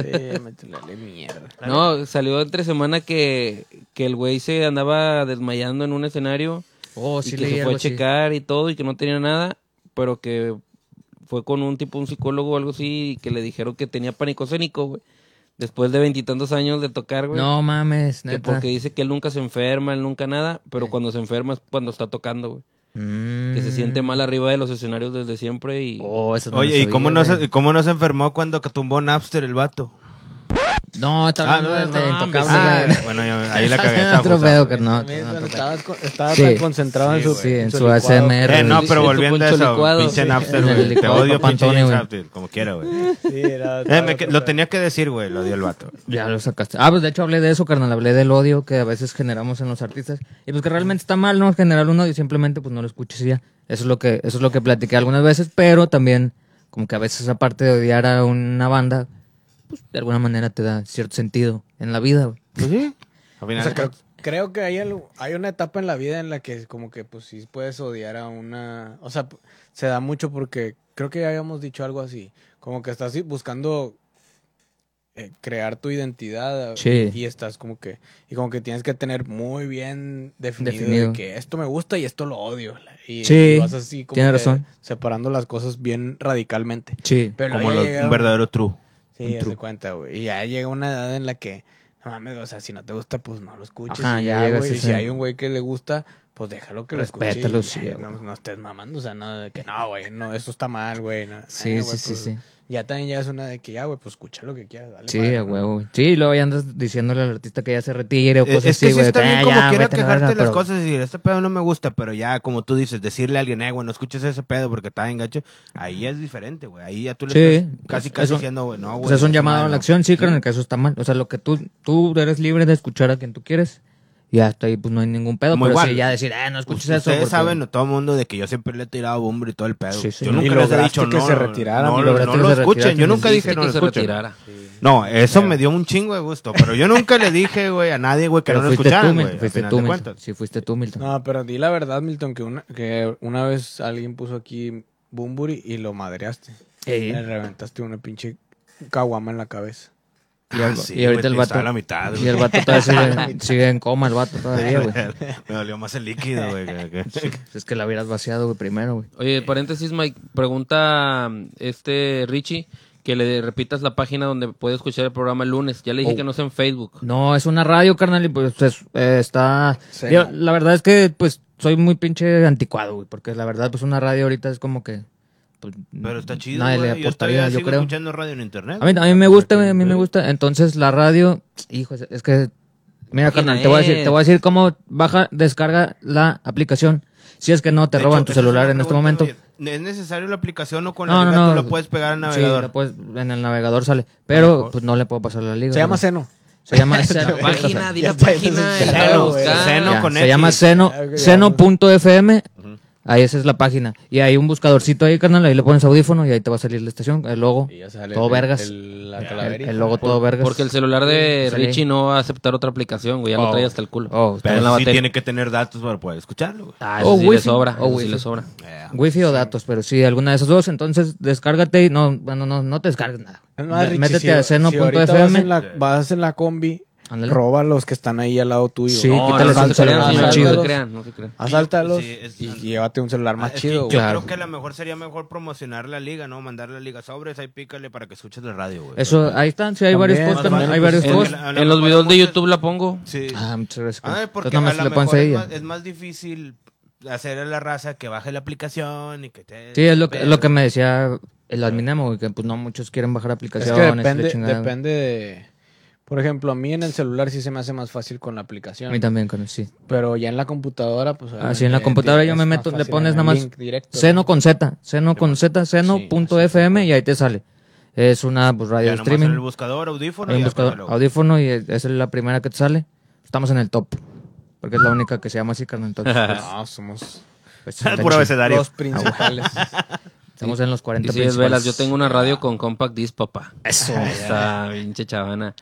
S1: Sí, métele dale mierda.
S4: No, salió entre semana que, que el güey se andaba desmayando en un escenario
S2: Oh,
S4: y
S2: sí
S4: que
S2: leí
S4: se fue
S2: algo
S4: a
S2: así.
S4: checar y todo y que no tenía nada, pero que fue con un tipo, un psicólogo o algo así, y que le dijeron que tenía pánico escénico, güey. Después de veintitantos años de tocar, güey.
S2: No mames,
S4: Que
S2: neta.
S4: porque dice que él nunca se enferma, él nunca nada, pero cuando se enferma es cuando está tocando, güey. que se siente
S2: Mm.
S4: mal arriba de los escenarios desde siempre y...
S2: Oh, eso no
S3: Oye,
S2: lo
S3: ¿y cómo
S2: sabía,
S3: no,
S2: güey.
S3: se, cómo no se enfermó cuando tumbó Napster el vato?
S2: No, está
S3: Ah,
S2: hablando
S3: no,
S2: de- de
S3: no,
S2: Intocable,
S3: ah,
S2: güey.
S3: bueno, ya- ahí
S2: Está
S3: la cagué.
S2: haciendo
S3: estaba
S2: otro
S3: forzado.
S2: pedo, carnal.
S1: También,
S2: No,
S1: bueno,
S2: no, no.
S1: Estaba, co- estaba
S2: Sí.
S1: tan concentrado en
S3: Sí,
S1: su,
S3: güey.
S2: Sí, en su
S1: licuado.
S2: ASMR.
S3: Eh, no, pero
S4: Sí,
S3: volviendo a
S4: tu
S3: eso,
S4: licuado.
S3: pinche
S4: Sí,
S3: Napster,
S2: el
S3: güey. Te
S2: licuado
S3: odio, pinche
S2: Papantone,
S3: James
S2: güey.
S3: Napster, como quiera, güey.
S1: Sí, era-
S3: Eh,
S1: estaba
S3: me que-
S1: otro
S3: lo
S1: pedo.
S3: tenía que decir, güey, lo dio el vato.
S2: Ya lo sacaste. Ah, pues de hecho hablé de eso, carnal. Hablé del odio que a veces generamos en los artistas. Y pues que realmente está mal, ¿no? Generar un odio y simplemente pues no lo escuches y ya. Eso es lo que, eso es lo que platiqué algunas veces, pero también como que a veces aparte de odiar a una banda, pues de alguna manera te da cierto sentido en la vida, güey.
S3: pues Al
S1: O
S3: final,
S1: sea, creo, creo que hay, algo- hay una etapa en la vida en la que como que pues sí puedes odiar a una... O sea, p- se da mucho porque creo que ya habíamos dicho algo así. Como que estás buscando eh, crear tu identidad eh,
S2: Sí.
S1: y estás como que... Y como que tienes que tener muy bien definido,
S2: Definido.
S1: de que esto me gusta y esto lo odio. la- Y,
S2: Sí,
S1: y vas así como
S2: tiene
S1: que
S2: razón.
S1: separando las cosas bien radicalmente.
S2: Sí.
S1: Pero
S3: como
S1: ya
S3: lo-
S1: llega
S3: un
S1: un-
S3: verdadero true.
S1: Sí, haz de cuenta, güey. Y ya llega una edad en la que, no mames, o sea, si no te gusta, pues no lo escuches.
S2: Ajá,
S1: y
S2: ya
S1: ya,
S2: llegas
S1: güey.
S2: a
S1: Y
S2: ese-
S1: si hay un güey que le gusta, pues déjalo que lo escuche. y
S2: Respétalo,
S1: ya,
S2: sí,
S1: ya,
S2: güey.
S1: No, no estés mamando, o sea, no, de que no, güey, no, esto está mal, güey. no,
S2: Sí,
S1: eh,
S2: sí,
S1: güey,
S2: sí,
S1: pues,
S2: sí.
S1: Ya también ya es una de que ya, güey, pues escucha lo que quieras. dale,
S2: Sí,
S1: madre,
S2: a
S1: ¿no?
S2: huevo. güey. Sí, y luego ya andas diciéndole al artista que ya se retire o
S3: Eh,
S2: cosas
S3: es
S2: así,
S3: que sí
S2: güey.
S3: está bien
S2: Ah,
S3: como
S2: ya, vete
S3: quiera
S2: a la
S3: quejarte
S2: verga,
S3: las
S2: pero-
S3: cosas y decir, este pedo no me gusta, pero ya, como tú dices, decirle a alguien, eh, güey, no escuches ese pedo porque está bien gacho, ahí es diferente, güey. Ahí ya tú le
S2: Sí.
S3: estás casi, casi
S2: Es un-
S3: diciendo, güey, no, güey.
S2: O sea, es un
S3: esa
S2: llamado
S3: madre
S2: a la
S3: no".
S2: acción, sí, pero en el caso está mal. O sea, lo que tú, tú eres libre de escuchar a quien tú quieres. Y hasta ahí, pues no hay ningún pedo.
S3: Como
S2: pero
S3: igual.
S2: sí, ya decir, eh, no
S3: Pues,
S2: escuches
S3: Ustedes
S2: eso. porque-
S3: saben, todo el mundo, de que yo siempre le he tirado bombo y todo el pedo.
S2: Sí,
S3: yo
S2: señor.
S1: Y
S3: nunca les he
S1: lograste
S3: dicho,
S1: que
S3: no,
S1: se
S3: no,
S1: retiraran,
S3: no,
S2: y
S3: no,
S2: lograste
S3: no
S2: que
S3: lo
S2: se
S3: escuchen.
S2: retiraran,
S3: Yo nunca
S2: sí,
S3: dije
S4: que
S3: no lo
S4: se
S3: escuchen.
S4: retirara.
S3: No, eso me dio un chingo de gusto, pero yo nunca le dije, güey, a nadie, güey, que
S2: Pero
S3: no lo
S2: fuiste tú,
S3: escucharan,
S2: Milton,
S3: güey. al
S2: Fuiste
S3: final
S2: tú,
S3: de
S2: Milton.
S3: cuentas.
S2: Sí, fuiste tú, Milton.
S1: No, pero di la verdad, Milton, que una, que una vez alguien puso aquí Bumburi y lo madreaste.
S2: Ey,
S1: Le reventaste una pinche caguama en la cabeza.
S2: y, al-
S3: Ah, sí,
S2: y ahorita
S3: güey,
S2: el
S3: te
S2: vato.
S3: estaba a la mitad,
S2: Y el
S3: güey.
S2: vato todavía sigue, sigue en coma, el vato todavía, güey. Pues
S3: Me dolió más el líquido, güey. que- que-
S2: Es que la hubieras vaciado, güey, primero, güey.
S4: Oye, paréntesis, Mike, pregunta mm, este Richie que le repitas la página donde puede escuchar el programa el lunes. Ya le dije
S2: Oh.
S4: que no sea en Facebook.
S2: No, es una radio, carnal, y pues es- eh, está...
S1: Sí.
S2: Yo, la verdad es que, pues, soy muy pinche anticuado, güey, porque la verdad, pues, una radio ahorita es como que... pues,
S3: Pero está chido,
S2: Nadie
S3: güey.
S2: le
S3: yo
S2: apostaría,
S3: todavía
S2: yo
S3: sigo
S2: creo.
S3: escuchando radio en internet.
S2: A mí, a mí me gusta, güey, a mí me gusta. Entonces, la radio... Hijo, es- es que... Mira,
S4: Página
S2: carnal, te voy, a decir,
S4: es.
S2: te voy a decir cómo baja, descarga la aplicación. Si es que no te
S3: De
S2: roban
S3: hecho,
S2: tu
S3: esa es
S2: celular
S3: una
S2: en este
S3: pregunta,
S2: momento.
S3: oye, ¿Es necesario la aplicación o con
S2: No,
S3: la
S2: no,
S3: liga
S2: no.
S3: tú la puedes pegar al
S2: Sí,
S3: navegador?
S2: la puedes- en el navegador sale. Pero, pues, no le puedo pasar la liga.
S1: Se llama
S2: güey.
S1: Seno.
S2: Se llama
S4: La página, di
S1: Ya
S4: la
S1: está,
S4: página.
S1: entonces,
S4: y la
S1: Seno,
S4: busca.
S1: güey.
S3: Seno.
S2: Ya,
S3: con
S2: se
S3: X.
S2: llama seno,
S1: Ya, ok, ya.
S2: seno.fm. Ahí esa es la página. Y hay un buscadorcito ahí, carnal. Ahí le pones audífono y ahí te va a salir la estación, el logo.
S1: Y ya sale
S2: todo
S1: el-
S2: vergas. El,
S1: el- la calaverita.
S2: el logo todo vergas.
S4: Porque el celular de
S2: Sale.
S4: Richie no va a aceptar otra aplicación, güey. Ya lo
S2: Oh.
S4: trae hasta el culo.
S2: Oh,
S4: Está en la
S3: Pero sí
S4: batería.
S3: tiene que tener datos para poder escucharlo, güey.
S4: Ah,
S2: Oh,
S4: eso sí le
S2: wifi.
S4: sobra.
S2: Oh,
S4: eso sí
S2: wifi.
S4: le sobra.
S3: Eh,
S2: Wi-Fi o datos, pero sí, alguna de esas dos. Entonces, descárgate y no, bueno, no, no te descargues nada.
S1: Es más, Richie,
S2: Métete
S1: si-
S2: a
S1: si ahorita vas en
S2: seno.fm.
S1: la- Vas en la combi,
S2: Ándale.
S1: roba a los que están ahí al lado tuyo.
S2: Sí,
S4: No, no,
S2: quítales
S4: no
S2: el
S4: se
S2: celular,
S4: crean,
S2: no,
S4: señores,
S2: chido.
S4: no se crean, no se crean.
S1: Asáltalos
S3: Sí, es-
S1: y llévate un celular más
S3: es que
S1: chido.
S3: Yo
S1: güey.
S2: Claro.
S3: creo que a lo mejor sería mejor promocionar la liga, ¿no? Mandar la liga sobres, ahí pícale para que escuches la radio, güey.
S2: Eso, ahí están, sí, hay
S1: También,
S2: varios posts.
S1: también,
S2: carnal, Hay
S1: pues,
S2: varios
S3: sí.
S2: posts.
S3: A
S4: En,
S3: lo
S4: en los
S3: mejor
S4: videos de
S3: muchas-
S4: YouTube la pongo.
S3: Sí.
S2: Ah, muchas gracias.
S3: Ah,
S2: carnal.
S3: porque
S2: Entonces, nada
S3: a
S2: más
S3: lo
S2: le pones
S3: mejor
S2: ahí.
S3: es
S2: ya.
S3: más, es más difícil hacer a la raza que baje la aplicación y que te...
S2: Sí, es lo, que- es lo que
S3: Pero-
S2: me decía el adminemo, güey, que pues no muchos quieren bajar
S1: Es
S2: aplicaciones.
S1: que
S2: la
S1: depende,
S2: chingada, güey.
S1: depende de... Por ejemplo, a mí en el celular sí se me hace más fácil con la
S2: A mí
S1: aplicación.
S2: también, carnal, sí.
S1: Pero ya en la computadora, pues...
S2: Así en la
S1: obviamente,
S2: computadora yo
S1: es
S2: me
S1: más
S2: meto, le
S1: fácil
S2: pones
S1: en
S2: nada
S1: el
S2: más
S1: link directo,
S2: Seno
S1: ¿no?
S2: con Z, seno con Z, seno.fm y ahí te sale. Es una pues, radio
S3: Ya
S2: de
S3: nomás en el
S2: streaming,
S3: buscador, audífono
S2: hay un
S3: y ya,
S2: buscador,
S3: pero luego-
S2: audífono y es- esa es la primera que te sale. Estamos en el top, porque es la única que se llama así, carnal. entonces,
S4: Ah,
S2: pues,
S1: No, somos
S2: pues, está
S3: Puro
S2: chido.
S3: abecedario.
S1: los principales.
S2: Estamos en los 40
S4: Dice es
S2: principales.
S4: Velas, yo tengo una radio con compact disc, papá. Eso. Esa pinche chavana.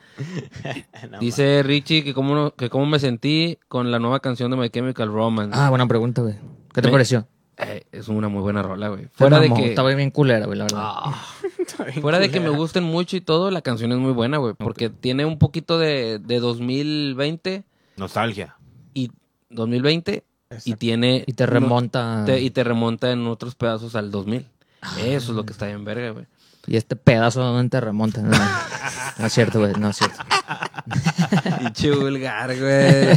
S4: Dice Richie que cómo, no- que cómo me sentí con la nueva canción de My Chemical Romance.
S2: Ah, buena pregunta, güey. ¿Qué te
S4: Me-
S2: pareció?
S4: Eh, es una muy buena rola, güey. Fuera de que...
S2: Estaba bien culera, güey, la verdad.
S4: Ah. Fuera de que me gusten mucho y todo, la canción es muy buena, güey. Porque tiene un poquito de, de 2020
S3: Nostalgia.
S4: y 2020 y
S1: Exacto.
S4: tiene...
S2: y te
S4: no-
S2: remonta...
S4: te- y te remonta en otros pedazos al 2000.
S2: Ah.
S4: Eso es lo que está bien verga, güey.
S2: Y este pedazo donde te remonta. No, no es cierto, güey. No es cierto.
S4: Pinche vulgar, güey.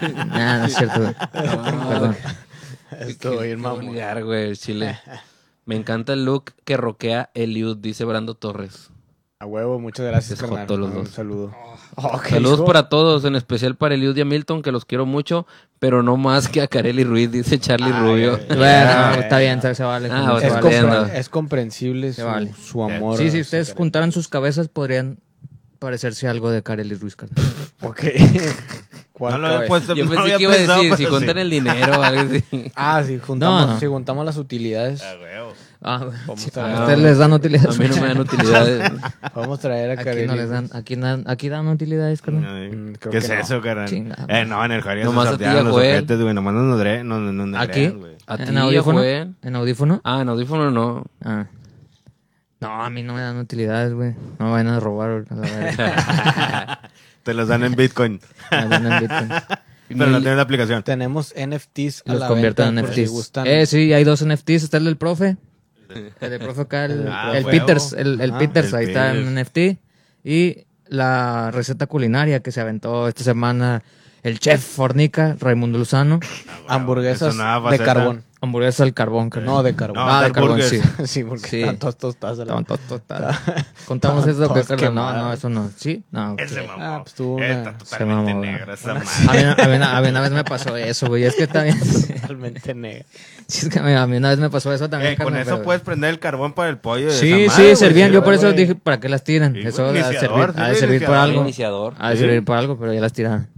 S2: Nah, no es cierto, güey. Perdón.
S1: Esto bien mamón.
S4: vulgar, güey, el chile. Me encanta el look que roquea Eliud, dice Brando Torres.
S1: A huevo, muchas gracias,
S4: Les jotó
S1: carnal.
S4: los
S1: Un
S4: dos.
S1: saludo.
S2: Oh,
S4: Saludos para todos, en especial para Eliud y a Milton, que los quiero mucho, pero no más que a Kareli Ruiz, dice Charlie Rubio.
S2: Bueno, está bien, se, se vale.
S4: Ah,
S2: se
S1: Es,
S2: vale.
S1: compren-
S4: valiendo.
S1: es comprensible su,
S2: Se vale.
S1: su amor. este,
S2: Sí,
S1: a
S2: si
S1: su
S2: ustedes
S1: carrera.
S2: juntaran sus cabezas, podrían parecerse algo de Kareli Ruiz. carnal.
S1: Ok. ¿Cuál
S3: No lo
S1: cabeza?
S3: pues. había puesto.
S4: Yo
S3: no
S4: pensé
S3: había
S4: que iba a
S3: pensado,
S4: decir, si
S3: pero
S4: cuentan
S3: sí.
S4: el dinero o algo así.
S1: Ah, si juntamos,
S2: No, no.
S1: si juntamos las utilidades,
S3: A huevo.
S2: Ah, bueno,
S1: Vamos
S2: sí,
S1: a-
S2: a ustedes les dan
S4: A
S2: utilidades.
S4: mí no me dan utilidades.
S1: podemos traer a
S2: Aquí
S1: Kareli.
S2: no les dan, aquí, dan- aquí dan utilidades, carnal.
S3: Ay,
S1: Mm, creo que
S3: ¿Qué es
S1: no.
S3: eso, carnal?
S2: Chingada.
S3: Eh, no, en el Javier se
S4: Nomás a ti,
S3: sortearon los
S4: Joel.
S3: ojetes, güey. Nomás nos dre- nos- nos- nos
S2: ¿Aquí?
S3: negrean, güey.
S4: A ti,
S2: ¿En audífono?
S4: Joel.
S2: ¿En audífono?
S4: Ah, en audífono no.
S2: Ah. No, a mí no me dan utilidades, güey. No me van a robar. a la verga.
S3: Te los dan en Bitcoin.
S2: Me mandan Bitcoin.
S3: Pero no tienen la aplicación.
S1: Tenemos NFTs a
S2: Los
S1: la
S2: convierto
S1: venta
S2: en
S1: por si
S2: NFTs.
S1: gustan.
S2: eh, sí, hay dos NFTs. Está el del profe. El del profe acá, el,
S3: Ah,
S2: el
S3: huevo.
S2: Peters. El, el
S1: Ajá.
S2: Peters,
S3: El
S2: ahí está
S3: Peters.
S2: en NFT. Y la receta culinaria que se aventó esta semana el chef Fornica, Raimundo Luzano.
S1: hamburguesas
S3: Ah, Eso nada,
S1: de
S3: faceta.
S1: carbón.
S2: Hamburguesa al carbón, carnal.
S1: No, de carbón.
S3: No,
S2: Ah, de
S3: Dark
S2: carbón,
S3: Burgers.
S2: sí.
S1: sí, porque
S2: Sí.
S1: tantos tostadas. a la-
S2: Estaban todos tostados. Contamos eso que
S1: todos
S2: Carlos, no,
S1: quemados.
S2: no, eso no. Sí, no. ok.
S3: Ese mamón.
S1: Ah, pues tuvo una-
S3: Está
S1: se
S3: totalmente
S2: mamó,
S3: negra esa
S2: A
S3: madre. Eh,
S2: mí, a, mí, a mí una vez me pasó eso, güey. Es que también.
S1: Totalmente negra.
S2: Sí, es que a mí, a mí una vez me pasó eso también.
S3: Eh, Con
S2: carnal,
S3: eso
S2: pero-
S3: puedes prender el carbón para el pollo. y esa
S2: Sí,
S3: madre,
S2: sí,
S3: güey.
S2: servían. Yo por
S1: güey.
S2: eso dije, ¿para qué las tiran?
S3: Sí,
S2: Eso ha
S3: güey,
S2: de servir,
S3: iniciador,
S2: ha de
S3: sí,
S2: servir por
S3: iniciador.
S2: algo. Ah,
S4: Iniciador.
S2: Ha de
S3: Sí.
S2: servir por algo, pero ya las tiraron.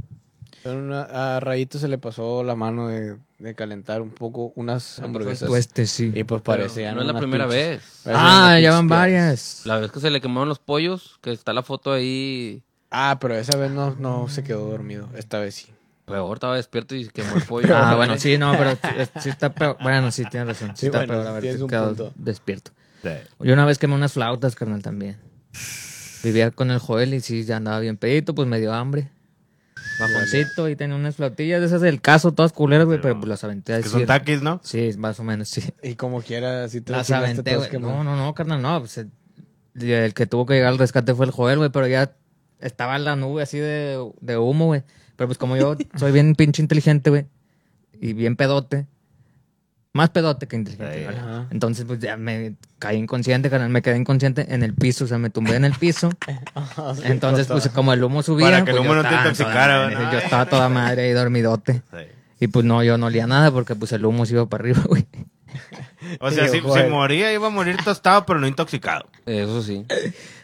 S1: En una- a Rayito se le pasó la mano de, de calentar un poco unas hamburguesas.
S2: Tú este sí.
S1: y pues parecían.
S4: No es la
S1: unas
S4: primera
S1: pinches-
S4: vez.
S1: parecían
S2: Ah,
S1: unas
S2: ya
S1: pinches
S2: van
S1: piedras.
S2: varias.
S4: La vez que se le quemaron los pollos, que está la foto ahí,
S1: Ah, pero esa vez no, no se quedó dormido. Esta vez sí.
S4: peor, estaba despierto y quemó el pollo.
S2: Ah, bueno, sí, no, pero sí- sí está peor. Bueno, sí, tienes razón.
S1: Sí,
S2: Sí, está
S1: bueno,
S2: peor haber
S1: tienes un
S2: quedado
S1: punto.
S2: despierto.
S3: Sí.
S2: Yo una vez quemé unas flautas, carnal, también. Vivía con el Joel y sí, ya andaba bien pedito, pues me dio hambre. Bajoncito y tenía unas flautillas de esas del caso, todas culeras, güey, pero pues las aventé
S3: Que
S2: así.
S3: son taquis, ¿no?
S2: Sí, más o menos, sí.
S1: Y como quiera, si te
S2: Las
S1: chingaste
S2: aventé,
S1: todas
S2: güey.
S1: quemadas.
S2: No, no, no, carnal, no. pues, el, el que tuvo que llegar al rescate fue el Joel, güey, pero ya estaba en la nube así de, de humo, güey. Pero pues como yo soy bien pinche inteligente, güey, y bien pedote, más pedote que inteligente, ¿vale?
S1: Ajá.
S2: Entonces pues ya me caí inconsciente, carnal, me quedé inconsciente en el piso, o sea, me tumbé en el piso.
S1: Ah, sí,
S2: Entonces
S1: tostadas.
S2: pues como el humo subía...
S3: Para que el
S2: pues, yo
S3: humo no te
S2: estaba toda
S3: intoxicara,
S2: madre,
S3: ¿no?
S2: Yo estaba toda madre ahí dormidote.
S3: Sí.
S2: Y pues no, yo no olía nada porque pues el humo se iba para arriba, güey.
S3: O sea,
S1: Sí,
S3: si
S1: Joel.
S3: se moría, iba a morir tostado, pero no intoxicado.
S4: Eso sí.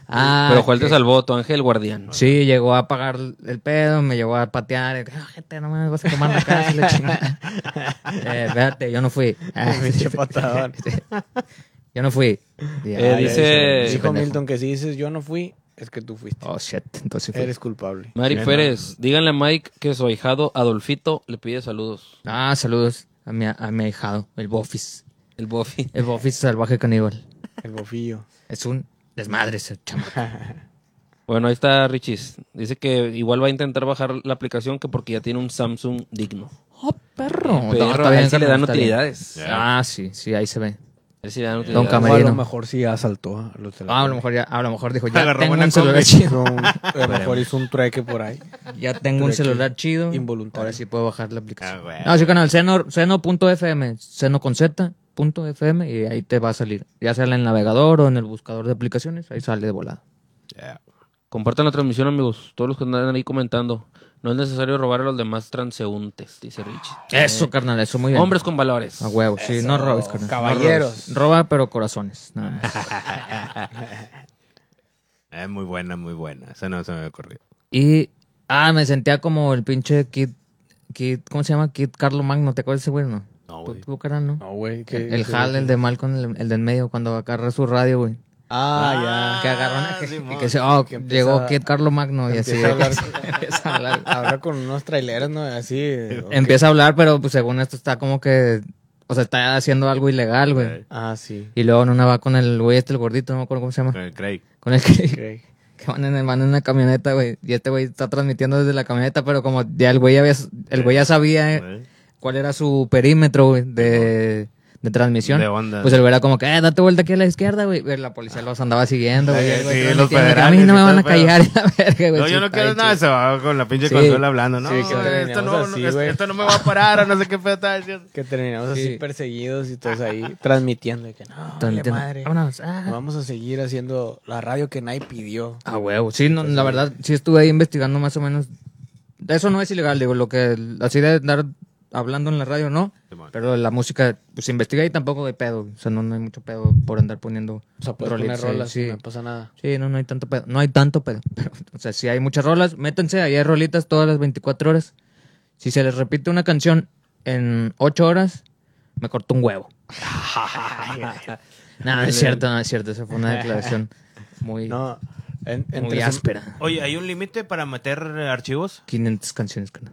S2: Ah,
S4: Pero Juan te
S2: ok.
S4: salvó, tu ángel guardián.
S2: Sí, llegó a pagar el pedo, me llegó a patear. y dije, "Ah, gente, no me vas a quemar la casa. y la chingada". eh, espérate, yo no fui. Ah,
S1: Pinche patadón.
S2: yo no fui. Y,
S1: Eh,
S2: "Ah, ya
S4: dice-
S2: hice- hice
S1: Dijo
S2: pendejo".
S1: Milton que si dices yo no fui, es que tú fuiste.
S2: Oh, shit, entonces fui.
S1: Eres culpable.
S4: Mari
S3: Sí, no.
S4: Pérez, díganle a Mike que su ahijado Adolfito le pide saludos.
S2: Ah, saludos a mi, a mi ahijado, el Bofis.
S4: El Buffy.
S2: El Bofis salvaje caníbal.
S1: El bofillo.
S2: Es un desmadre ese chamaco.
S4: Bueno, ahí está Richis. Dice que igual va a intentar bajar la aplicación que porque ya tiene un Samsung digno.
S2: Oh, perro.
S4: Pero
S2: No,
S4: ahí sí
S2: carnal,
S4: le dan
S2: está bien.
S4: utilidades.
S2: Ah, sí, sí, ahí se ve.
S4: Ahí sí le dan
S2: Don
S4: utilidades.
S1: O a lo
S2: Camerino.
S1: mejor sí asaltó a los
S2: Ah, a lo
S1: teléfonos.
S2: mejor ya, a lo mejor dijo, ya
S3: Agarró
S2: tengo
S3: buena
S2: un celular
S3: combi.
S2: chido.
S1: a lo mejor hizo un trueque por ahí.
S2: Ya tengo un
S1: Trueque
S2: celular chido.
S1: involuntario.
S2: Ahora sí puedo bajar la aplicación.
S3: Ah, güey.
S2: No, sí, canal, seno, seno.fm, seno con Z, punto FM, y ahí te va a salir. Ya sea en el navegador o en el buscador de aplicaciones, ahí sale de volada.
S4: Compartan la transmisión, amigos. Todos los que andan ahí comentando. No es necesario robar a los demás transeúntes, dice Richis.
S2: Eso, carnal, eso muy bien. Ah,
S4: Hombres con valores.
S2: A huevo, sí, no robes, carnal.
S1: Caballeros.
S2: No robes. Roba, pero corazones. nada más.
S3: Eh, muy buena, muy buena. Esa no se me había ocurrido.
S2: y, ah, me sentía como el pinche Kid, Kid ¿cómo se llama? Kid Carlo Magno, ¿te acuerdas de ese güey, no?
S3: No,
S2: Tú,
S3: güey.
S2: tú, carnal, no.
S1: No, güey. que-
S2: El
S1: que-
S2: Hal, el de Malcolm, el, el de en medio, cuando agarra su radio, güey.
S1: Ah,
S2: Que agarró una-
S3: Ah,
S2: que,
S3: Simón.
S2: que se- oh,
S1: Que empieza-
S2: llegó Kid Carlo Magno y así.
S1: empieza a hablar-
S2: empieza a hablar.
S1: ya. Habla con unos traileros, ¿no? Así. eh, ok.
S2: Empieza a hablar, pero pues según esto está como que. O sea, está haciendo algo ilegal, güey.
S1: Ah, sí.
S2: Y luego en una va con el güey este, el gordito, no me acuerdo cómo se llama.
S3: Con el Craig.
S2: Con el que,
S1: Craig.
S2: que van, en, van en una camioneta, güey. Y este güey está transmitiendo desde la camioneta, pero como ya el güey ya, había- el güey ya sabía eh,
S3: Eh.
S2: cuál era su perímetro, güey, de, de transmisión.
S3: De onda.
S2: Pues el güey era como que, eh, date vuelta aquí a la izquierda, güey. Pero La policía los andaba siguiendo, güey.
S3: Sí,
S2: El güey
S3: sí,
S2: transmitiendo
S3: los
S2: que A mí
S3: federales
S2: no me
S3: y
S2: van a
S3: todo el pedo.
S2: callar, la verga, güey.
S3: No,
S2: sí,
S3: yo no
S2: está
S3: quiero
S2: bien
S3: nada,
S2: chido.
S3: se va con la pinche
S2: Sí.
S3: consola hablando, ¿no?
S1: Sí, que
S3: esto, no,
S1: terminamos
S3: no,
S1: así,
S3: es-
S1: güey.
S3: esto no me va a parar, no sé qué pedo está diciendo.
S1: Que terminamos así
S2: Sí.
S1: perseguidos y todos ahí transmitiendo. Y que no, vale
S2: Transmitiendo.
S1: madre.
S2: Vámonos. ah.
S1: Vamos a seguir haciendo la radio que nadie pidió.
S2: A huevo. Sí, no, la verdad, sí estuve ahí investigando más o menos. Eso no es ilegal, digo, lo que así de andar hablando en la radio, no.
S3: Simón.
S2: Pero la música, pues investiga y tampoco hay pedo. O sea, no, no hay mucho pedo por andar poniendo.
S1: O sea, puedes
S2: rolitas
S1: poner
S2: ahí,
S1: rolas,
S2: sí.
S1: no pasa nada.
S2: Sí, no, no hay tanto pedo. No hay tanto pedo. Pero, o sea, sí hay muchas rolas. Métanse, ahí hay rolitas todas las 24 horas. Si se les repite una canción en 8 horas, me corto un huevo. no, no es cierto, no es cierto. Esa fue una declaración muy,
S1: No, en-
S2: muy
S1: entre, sem-
S2: áspera.
S3: Oye, ¿hay un límite para meter eh, archivos?
S2: 500 canciones, carnal.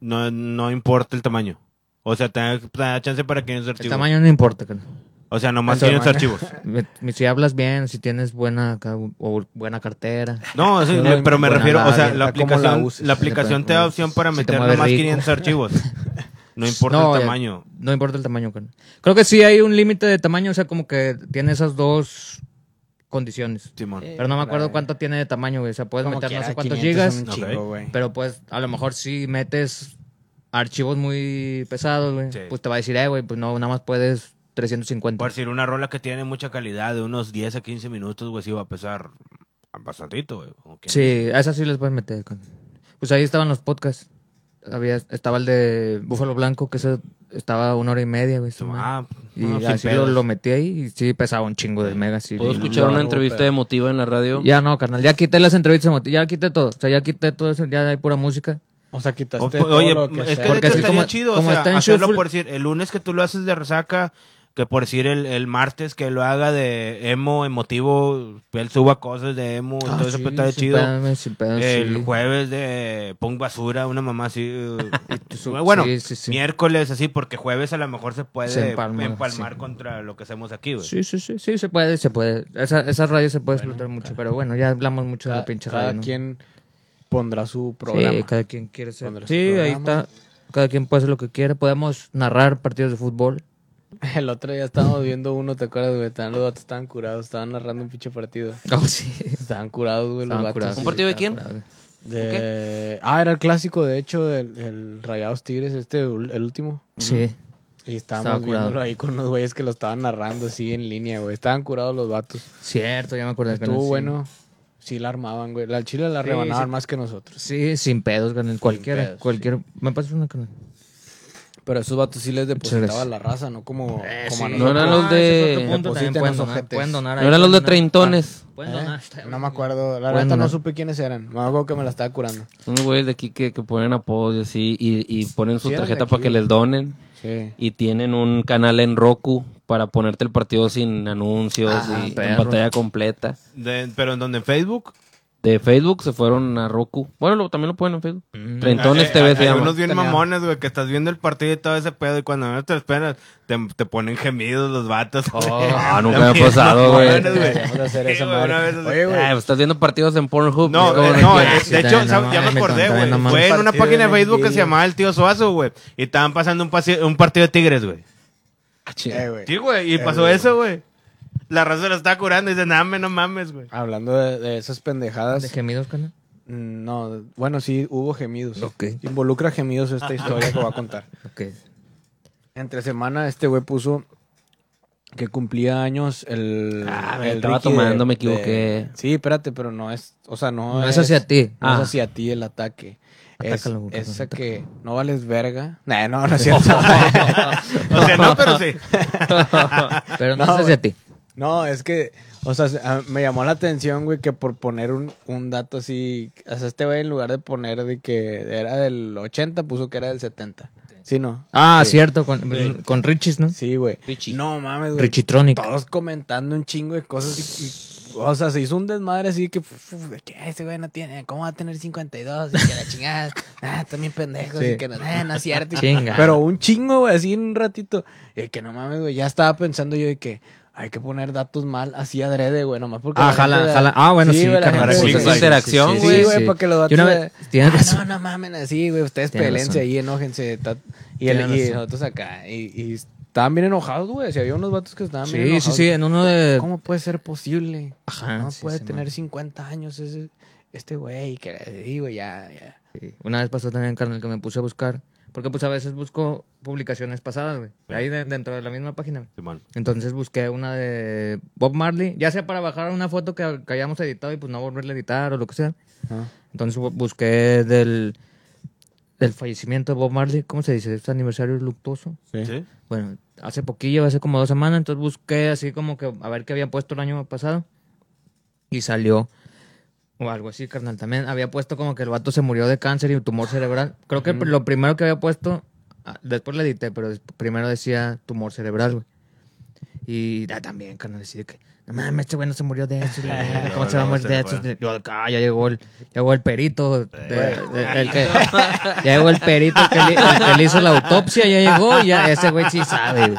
S3: No, no importa el tamaño. O sea, te da- te da chance para 500
S2: El
S3: archivos.
S2: tamaño no importa, carnal.
S3: O sea, nomás
S1: El
S3: 500
S1: tamaño.
S3: archivos.
S2: Me- me- Si hablas bien, si tienes buena, acá- o buena cartera.
S3: No, sí,
S1: Bueno,
S3: pero me
S1: bueno,
S3: refiero, o
S1: nada,
S3: sea,
S1: bien,
S3: la
S1: está como la
S3: aplicación, la,
S1: uses.
S3: aplicación te da opción para
S2: Si te
S3: meter
S2: mueve
S3: nomás
S2: rico.
S3: 500 archivos. No importa
S2: No, eh.
S3: el
S2: ya-
S3: tamaño.
S2: No importa el tamaño, carnal. Creo que sí hay un límite de tamaño, o sea, como que tiene esas dos condiciones.
S3: Simón.
S1: Eh,
S2: Pero no me acuerdo
S1: Vale.
S2: cuánto tiene de tamaño, güey. O sea, puedes
S1: como
S2: meter no
S1: quiera,
S2: sé cuántos
S1: 500
S2: gigas,
S1: son un
S3: Ok.
S1: chingo, güey.
S2: pero pues a lo mejor si metes archivos muy pesados, güey,
S3: Sí.
S2: pues te va a decir, eh, güey, pues no, nada más puedes 350.
S3: Por decir, una rola que tiene mucha calidad de unos 10 a 15 minutos, güey, sí va a pesar bastantito, güey. como que-
S2: Sí, a esas sí les puedes meter. con- Pues ahí estaban los podcasts. Había, estaba el de Búfalo Blanco, que eso estaba una hora y media, güey. esa madre.
S3: Ah,
S2: Y
S3: no, sin
S2: así lo,
S3: pedos.
S2: lo metí ahí y sí pesaba un chingo de megas. sí.
S4: Puedo
S2: Y-
S4: escuchar
S1: luego,
S4: una entrevista
S1: pero-
S4: emotiva en la radio.
S2: Ya no, carnal, ya quité las entrevistas, moti- ya quité todo. O sea, ya quité todo eso, ya hay pura música.
S1: O sea, quitaste
S3: O-
S1: todo
S3: oye,
S1: lo que
S3: es
S1: sea.
S3: que de
S2: Porque
S3: hecho
S2: así
S3: estaría
S2: como-
S3: chido,
S2: como
S3: o sea,
S2: está en
S3: hacerlo
S2: Shuffle-
S3: por decir, el lunes que tú lo haces de resaca, que por decir el, el martes que lo haga de emo, emotivo, él suba cosas de emo,
S2: Ah,
S3: todo eso
S2: sí,
S3: pues, estaría
S2: sin
S3: chido.
S2: pedo, sin pedo,
S3: el
S2: sí.
S3: jueves de punk basura, una mamá así. eh,
S2: su-
S3: bueno,
S2: sí, sí, sí.
S3: miércoles así, porque jueves a lo mejor se puede
S2: Se empalma,
S3: empalmar
S2: sí.
S3: contra lo que hacemos aquí, güey.
S2: Sí, sí, sí, sí, se puede, se puede. Esa, esa radio se puede explotar mucho, pero bueno, ya hablamos mucho de
S1: Cada,
S2: la pinche
S1: cada
S2: radio. ¿no?
S1: quien pondrá su programa.
S2: Sí, cada quien quiere ser.
S1: Pondrá su
S2: Sí, ahí
S1: programa.
S2: está. Cada quien puede hacer lo que quiera. Podemos narrar partidos de fútbol.
S1: El otro día estábamos viendo uno, ¿te acuerdas, güey? Estaban los datos, estaban curados, estaban narrando un pinche partido.
S2: Oh, sí.
S1: Estaban curados, güey, los
S2: Estaban
S1: vatos.
S2: curados.
S4: ¿Un partido de
S2: estaban
S4: quién?
S2: curados.
S1: De... Ah, era el clásico, de hecho, del el Rayados Tigres, este, ul- el último.
S2: Sí.
S1: Y estábamos
S2: Estaba curado.
S1: viéndolo ahí con unos güeyes que lo estaban narrando así en línea, güey. Estaban curados los vatos.
S2: Cierto, ya me acordé. carnal,
S1: Estuvo
S2: sí.
S1: bueno. Sí la armaban, güey. La chile la
S2: Sí,
S1: rebanaban
S2: sí.
S1: más que nosotros.
S2: Sí, sin pedos, carnal. Cualquiera.
S1: pedos,
S2: cualquiera. Me pasas una carnal.
S1: Pero esos vatos sí les depositaba
S2: gracias.
S1: la raza, no como, como a
S2: Eh, Sí.
S1: nosotros. Ah,
S4: No eran los de-
S2: ese es otro punto, también
S1: Depositen
S2: pueden
S1: a los
S2: donar,
S1: ojetes.
S2: pueden donar
S4: No
S2: ahí,
S4: eran los
S2: pueden
S4: de
S2: donar.
S4: treintones.
S2: Ah, Pueden donar.
S1: ¿Eh? No me acuerdo. La
S2: Bueno,
S1: verdad no
S2: no.
S1: supe quiénes eran. Me acuerdo que me la estaba curando.
S4: Un güey de aquí que, que ponen apodos y así y, y ponen su
S1: Sí, eran de
S4: tarjeta
S1: aquí,
S4: para que
S1: güey.
S4: les donen
S1: Sí.
S4: y tienen un canal en Roku para ponerte el partido sin anuncios
S2: Ah,
S4: y en
S2: perro.
S4: pantalla completa.
S3: De- pero en donde en Facebook.
S4: De Facebook se fueron a Roku. Bueno, lo- también lo ponen en Facebook.
S3: eh,
S2: Mm.
S4: Treintones TV
S3: hay-
S4: se
S3: hay
S4: llama.
S3: unos bien
S1: Tenía-
S3: mamones, güey, que estás viendo el partido y todo ese pedo, y cuando no te esperas, te, te ponen gemidos los vatos.
S4: Ah, nunca me ha pasado, güey.
S3: Mamones,
S1: Deberíamos de hacer
S3: Sí,
S1: esa
S3: güey,
S1: madre.
S3: una vez-
S1: Oye, güey.
S4: Ah, estás viendo partidos en Pornhub.
S3: No,
S4: ¿cómo
S3: eh,
S4: de
S3: no,
S4: qué?
S3: eh,
S2: sí,
S3: de
S2: también,
S3: hecho,
S2: pues, no
S3: ¿sabes?
S2: mames,
S3: ya me
S2: con-
S3: acordé,
S2: también
S3: güey.
S2: no mames.
S3: Fue en una
S1: Partido
S3: página de
S1: de
S3: Facebook que se
S1: Tigres.
S3: llamaba El Tío Suazo, güey. Y estaban pasando un, pase- un partido de Tigres, güey.
S4: Ah, ching.
S1: Eh, güey.
S3: Sí, güey, y pasó
S1: güey.
S3: eso, güey. La raza la está curando y dice, nah, me no mames, güey.
S1: Hablando de, de esas pendejadas.
S2: De gemidos, carnal.
S1: mm, No, bueno, sí, hubo gemidos.
S2: Ok.
S1: Involucra gemidos esta historia que voy a contar.
S2: Ok.
S1: Entre semana este güey puso que cumplía años el...
S4: Ah, me
S1: el
S4: estaba tomando, me equivoqué.
S1: sí, espérate, pero no es... O sea, no,
S2: No es hacia ti.
S1: No es
S4: Ah.
S1: hacia ti el ataque. Es,
S2: Atácalo, Bucatón,
S1: es a
S2: atácalo.
S1: que no vales verga. Nah, no, no es cierto.
S3: O sea, no, pero sí.
S2: Pero no,
S1: No,
S2: es hacia ti.
S1: No, es que, o sea, se- a- me llamó la atención, güey, que por poner un, un dato así, o sea, este güey en lugar de poner de que era del 80, puso que era del 70. Sí, no.
S2: Ah,
S1: Sí.
S2: cierto, con, con Richis, ¿no?
S1: Sí, güey.
S4: Richie.
S1: No mames, güey.
S2: Richitronic.
S1: Todos comentando un chingo de cosas y- y- o sea, se hizo un desmadre así que, fu- fu- de que "Ah, ese güey no tiene, ¿cómo va a tener 52? Y que la chingada, ah, también pendejos,
S2: Sí.
S1: y que no, ah, no es cierto. y-
S2: Chinga.
S1: Pero un chingo, güey, así en un ratito. Y que no mames, güey, ya estaba pensando yo de que hay que poner datos mal así adrede, güey, nomás porque...
S2: Ah,
S1: la
S2: jala,
S1: gente-
S2: jala. Ah, bueno, sí,
S1: güey, la
S2: carnal.
S1: gente-
S3: para
S1: sí,
S3: que
S1: sí,
S3: sea
S1: sí,
S4: interacción,
S1: sí, güey, para que los
S2: Yo
S1: datos...
S2: una
S1: de-
S2: vez- tienes
S1: "Ah,
S2: razón.
S1: no, no mamen así, güey, ustedes
S2: Tienes
S1: pelense
S2: razón.
S1: ahí, enójense. ta- Y, el,
S2: Tienes
S1: y
S2: razón.
S1: nosotros acá. Y, y Estaban bien enojados, güey. Si había unos vatos que estaban bien
S2: Sí, sí,
S1: enojados.
S2: sí, en uno de...
S1: ¿Cómo puede ser posible?
S2: Ajá,
S1: no
S2: sí,
S1: puede
S2: sí,
S1: tener
S2: man.
S1: 50 años ese, este güey. Que le digo, ya, ya.
S2: Sí. Una vez pasó también, carnal, que me puse a buscar. Porque pues a veces busco publicaciones pasadas, güey. Ahí de- dentro de la misma página. güey.
S3: Simón.
S2: Entonces busqué una de Bob Marley, ya sea para bajar una foto que, que hayamos editado y pues no volverla a editar o lo que sea. Entonces bu- busqué del, del fallecimiento de Bob Marley, ¿cómo se dice? Este aniversario luctuoso.
S3: ¿Sí?
S2: Bueno, hace poquillo, hace como dos semanas, entonces busqué así como que a ver qué había puesto el año pasado. Y salió. O algo así, carnal. También había puesto como que el vato se murió de cáncer y un tumor cerebral. Creo que lo primero que había puesto, ah, después le edité, pero des- primero decía tumor cerebral, güey. Y ah, también, carnal, así de que, no mames, este güey no se murió de eso. la verga, ¿Cómo
S3: luego,
S2: se va a
S3: luego
S2: morir
S3: se
S2: de
S3: le
S2: eso?
S3: fue.
S2: Yo, acá ya llegó el, ya llegó el perito. de- de- el que- ya llegó el perito que le, el que le hizo la autopsia, ya llegó, y ya ese güey sí sabe, güey.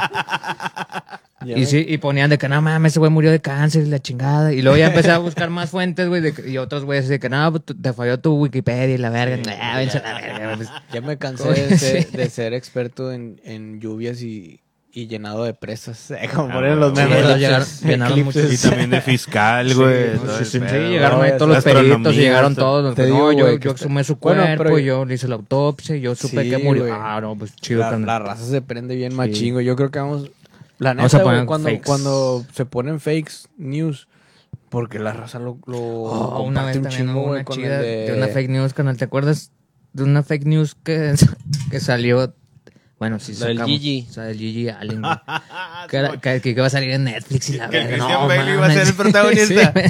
S1: Ah,
S2: Y, sí, y ponían de que no mames, ese güey murió de cáncer y la chingada. Y luego ya empecé a buscar más fuentes, güey, de que- y otros güeyes de que no, pues, tú- te falló tu Wikipedia y la verga. nah, vence a la verga. pues.
S1: Ya me cansé
S2: Oye,
S1: de ser,
S2: sí.
S1: de ser experto en, en lluvias y, y llenado de presas. Como
S3: Ah,
S1: ponen los
S3: bueno.
S1: memes.
S2: Sí,
S1: los
S2: los llegaron-
S1: eclipses.
S2: llenaron mucho.
S3: Y también de fiscal, güey. todo el
S2: Pues, Sí,
S3: pedo.
S2: llegaron ahí
S1: güey,
S2: todos los
S3: astronomía,
S2: peritos y llegaron
S3: todo.
S2: todos.
S1: Te
S2: no,
S1: digo,
S2: yo,
S1: güey, que
S2: yo
S1: está-
S2: exhumé su
S1: Bueno,
S2: cuerpo,
S1: pero-
S2: yo le hice la autopsia, yo supe
S1: Sí,
S2: que murió.
S1: güey.
S2: Ah, no, pues chido.
S1: La,
S2: carnal.
S1: la raza se prende bien machingo. Yo creo que vamos. La
S2: Vamos
S1: neta,
S2: a
S1: güey,
S2: poner
S1: cuando,
S2: fakes.
S1: cuando se ponen fakes news, porque la raza lo, lo
S2: Oh, una
S1: comparte
S2: vez
S1: un
S2: también
S1: chingo,
S2: hubo
S1: güey,
S2: una
S1: con
S2: chida
S1: el
S2: de...
S1: de...
S2: una fake news, canal. ¿Te acuerdas de una fake news que, que salió? Bueno, sí,
S4: La del
S2: sacamos-
S4: Gigi.
S2: O sea, del Gigi Allen. güey. que, era- que, que iba a salir en Netflix y la
S3: Que
S2: verga.
S3: Christian
S2: no,
S3: Bale iba a
S2: mames.
S3: ser el
S2: Sí,
S3: protagonista.
S2: güey.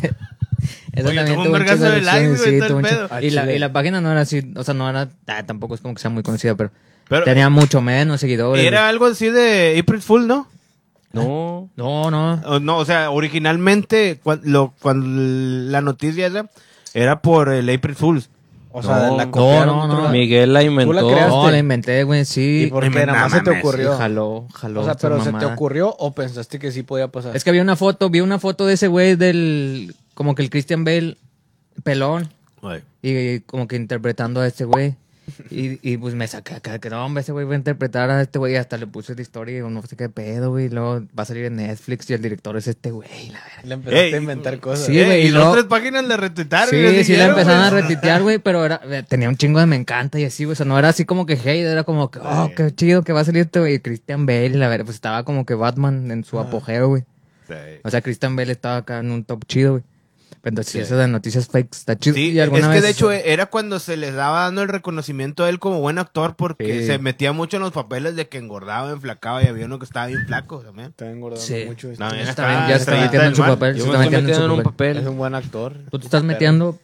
S2: Eso
S3: Oye,
S2: también
S3: tuvo un
S2: tuvo un
S3: vergazo
S2: chingo
S3: de likes,
S2: reacciones,
S3: güey,
S2: sí,
S3: todo el
S2: tuvo un chingo-
S3: pedo. Ah,
S2: Y la,
S1: Chile.
S2: y la página no era así, o sea, no era, ah, tampoco es como que sea muy conocida, pero,
S3: Pero
S2: tenía mucho menos seguidores.
S3: era
S2: güey.
S3: algo así de April Fool, ¿no?
S4: No.
S2: No, no.
S3: O No, o sea, originalmente cuan- lo- cuando la noticia era, era por el April Fools.
S1: O sea,
S4: No,
S1: la
S4: no,
S1: copiaron.
S2: no,
S1: otro-
S2: no.
S4: Miguel la inventó.
S1: creaste?
S2: No, la inventé, güey, sí.
S1: Y porque nada
S3: Ay, no
S1: más se te
S3: mames,
S2: Y
S1: ocurrió.
S2: jaló, jaló.
S1: O sea,
S2: esta
S1: pero se te
S2: mamada.
S1: ocurrió o pensaste que sí podía pasar.
S2: Es que había una foto, vi una foto de ese güey del. Como que el Christian Bale pelón.
S3: Güey.
S2: Y, y como que interpretando a este güey. Y, y pues me saqué acá, que no, hombre, ese güey va a interpretar a este güey. y Hasta le puse la historia y digo, no sé qué pedo, güey. y Luego va a salir en Netflix y el director es este güey, la verdad.
S1: Le empezaste
S3: Ey,
S1: a inventar cosas.
S2: sí,
S3: Eh,
S2: güey,
S3: y
S2: y
S3: dos,
S2: no-
S3: tres páginas le retuitaron. y
S2: Sí,
S3: le
S2: sí, la
S3: siguieron,
S2: empezaron a
S3: güey.
S2: retuitear, güey, pero era, tenía un chingo de me encanta y así, güey. O sea, no era así como que hate, era como que, oh, qué chido que va a salir este güey. Christian Bale, la verdad, pues estaba como que Batman en su apogeo, güey.
S3: Sí.
S2: O sea, Christian Bell estaba acá en un top chido, güey. Pero entonces, eso de noticias fakes está chido.
S3: Sí,
S2: Y
S3: es
S2: alguna
S3: que de
S2: vez-
S3: hecho eh, era cuando se les daba dando el reconocimiento a él como buen actor porque
S2: Sí.
S3: se metía mucho en los papeles de que engordaba, enflacaba y había uno que estaba bien flaco también.
S1: Está engordando
S2: Sí.
S1: mucho.
S3: No,
S2: Ya
S3: mira,
S2: está
S3: acá,
S2: bien, ya está
S3: estrellita
S2: metiendo en
S3: del
S2: su
S3: mar.
S2: papel.
S4: Yo
S2: se
S4: me
S2: está
S4: estoy
S2: metiendo en su
S4: metiendo en un
S2: papel.
S1: Es
S4: papel.
S1: un buen actor.
S2: Tú te estás metiendo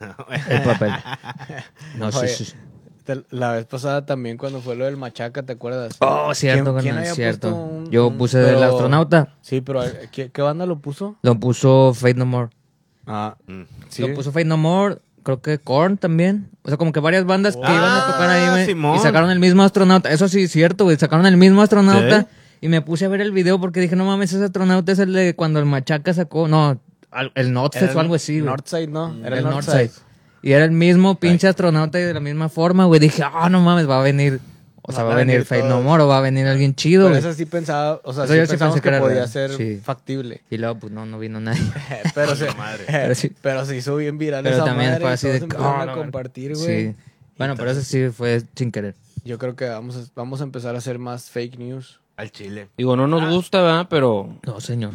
S2: el papel. No, sí,
S1: Oye.
S2: sí. sí.
S1: Te- La vez pasada también cuando fue lo del machaca, ¿te acuerdas?
S2: Oh, cierto,
S1: ¿Quién- quién
S2: carnal,
S1: había
S2: cierto.
S1: puesto un-
S2: Yo
S1: un-
S2: puse
S1: pero-
S2: el astronauta,
S1: Sí, pero eh, ¿qué, qué banda lo puso?
S2: lo puso Fate No More.
S1: Ah, sí.
S2: Mm, Lo puso Fate No More, creo que Korn también. O sea, como que varias bandas que
S3: Ah,
S2: iban a tocar ahí, güey.
S3: Simón.
S2: Y sacaron el mismo astronauta. Eso sí es cierto, güey. Sacaron el mismo astronauta.
S3: Sí.
S2: Y me puse a ver el video porque dije, no mames, ese astronauta es el de cuando el Machaca sacó. No, al- el
S1: Era
S2: Notfest o algo así, güey.
S1: Northside, ¿no?
S2: Era el Northside. Y era el mismo pinche astronauta y de la misma forma, güey. Dije, ah, no mames, va a venir. O sea,
S1: Van
S2: va a
S1: a
S2: venir
S1: venir
S2: Fate No
S1: todos.
S2: More o va a venir alguien chido,
S1: Pero
S2: güey.
S1: esa sí pensaba, o sea,
S2: Esa
S1: sí
S2: yo sí
S1: pensamos
S2: pensé
S1: que,
S2: que era
S1: podía
S2: real,
S1: ser
S2: sí.
S1: factible.
S2: Y luego, pues no, no vino nadie.
S1: pero, se,
S2: Pero sí.
S1: pero se hizo bien viral
S2: Pero
S1: esa
S2: también
S1: madre
S2: fue
S1: y
S2: así
S1: todos
S2: de.
S1: empezaron
S2: "Ah,
S1: a
S2: no,
S1: compartir, güey.
S2: Sí. Bueno, pero eso sí fue sin querer.
S1: Yo creo que vamos a, vamos a empezar a hacer más fake news.
S3: Al chile.
S4: Digo, no
S1: Ah.
S4: nos gusta, ¿verdad? Pero
S2: No, señor.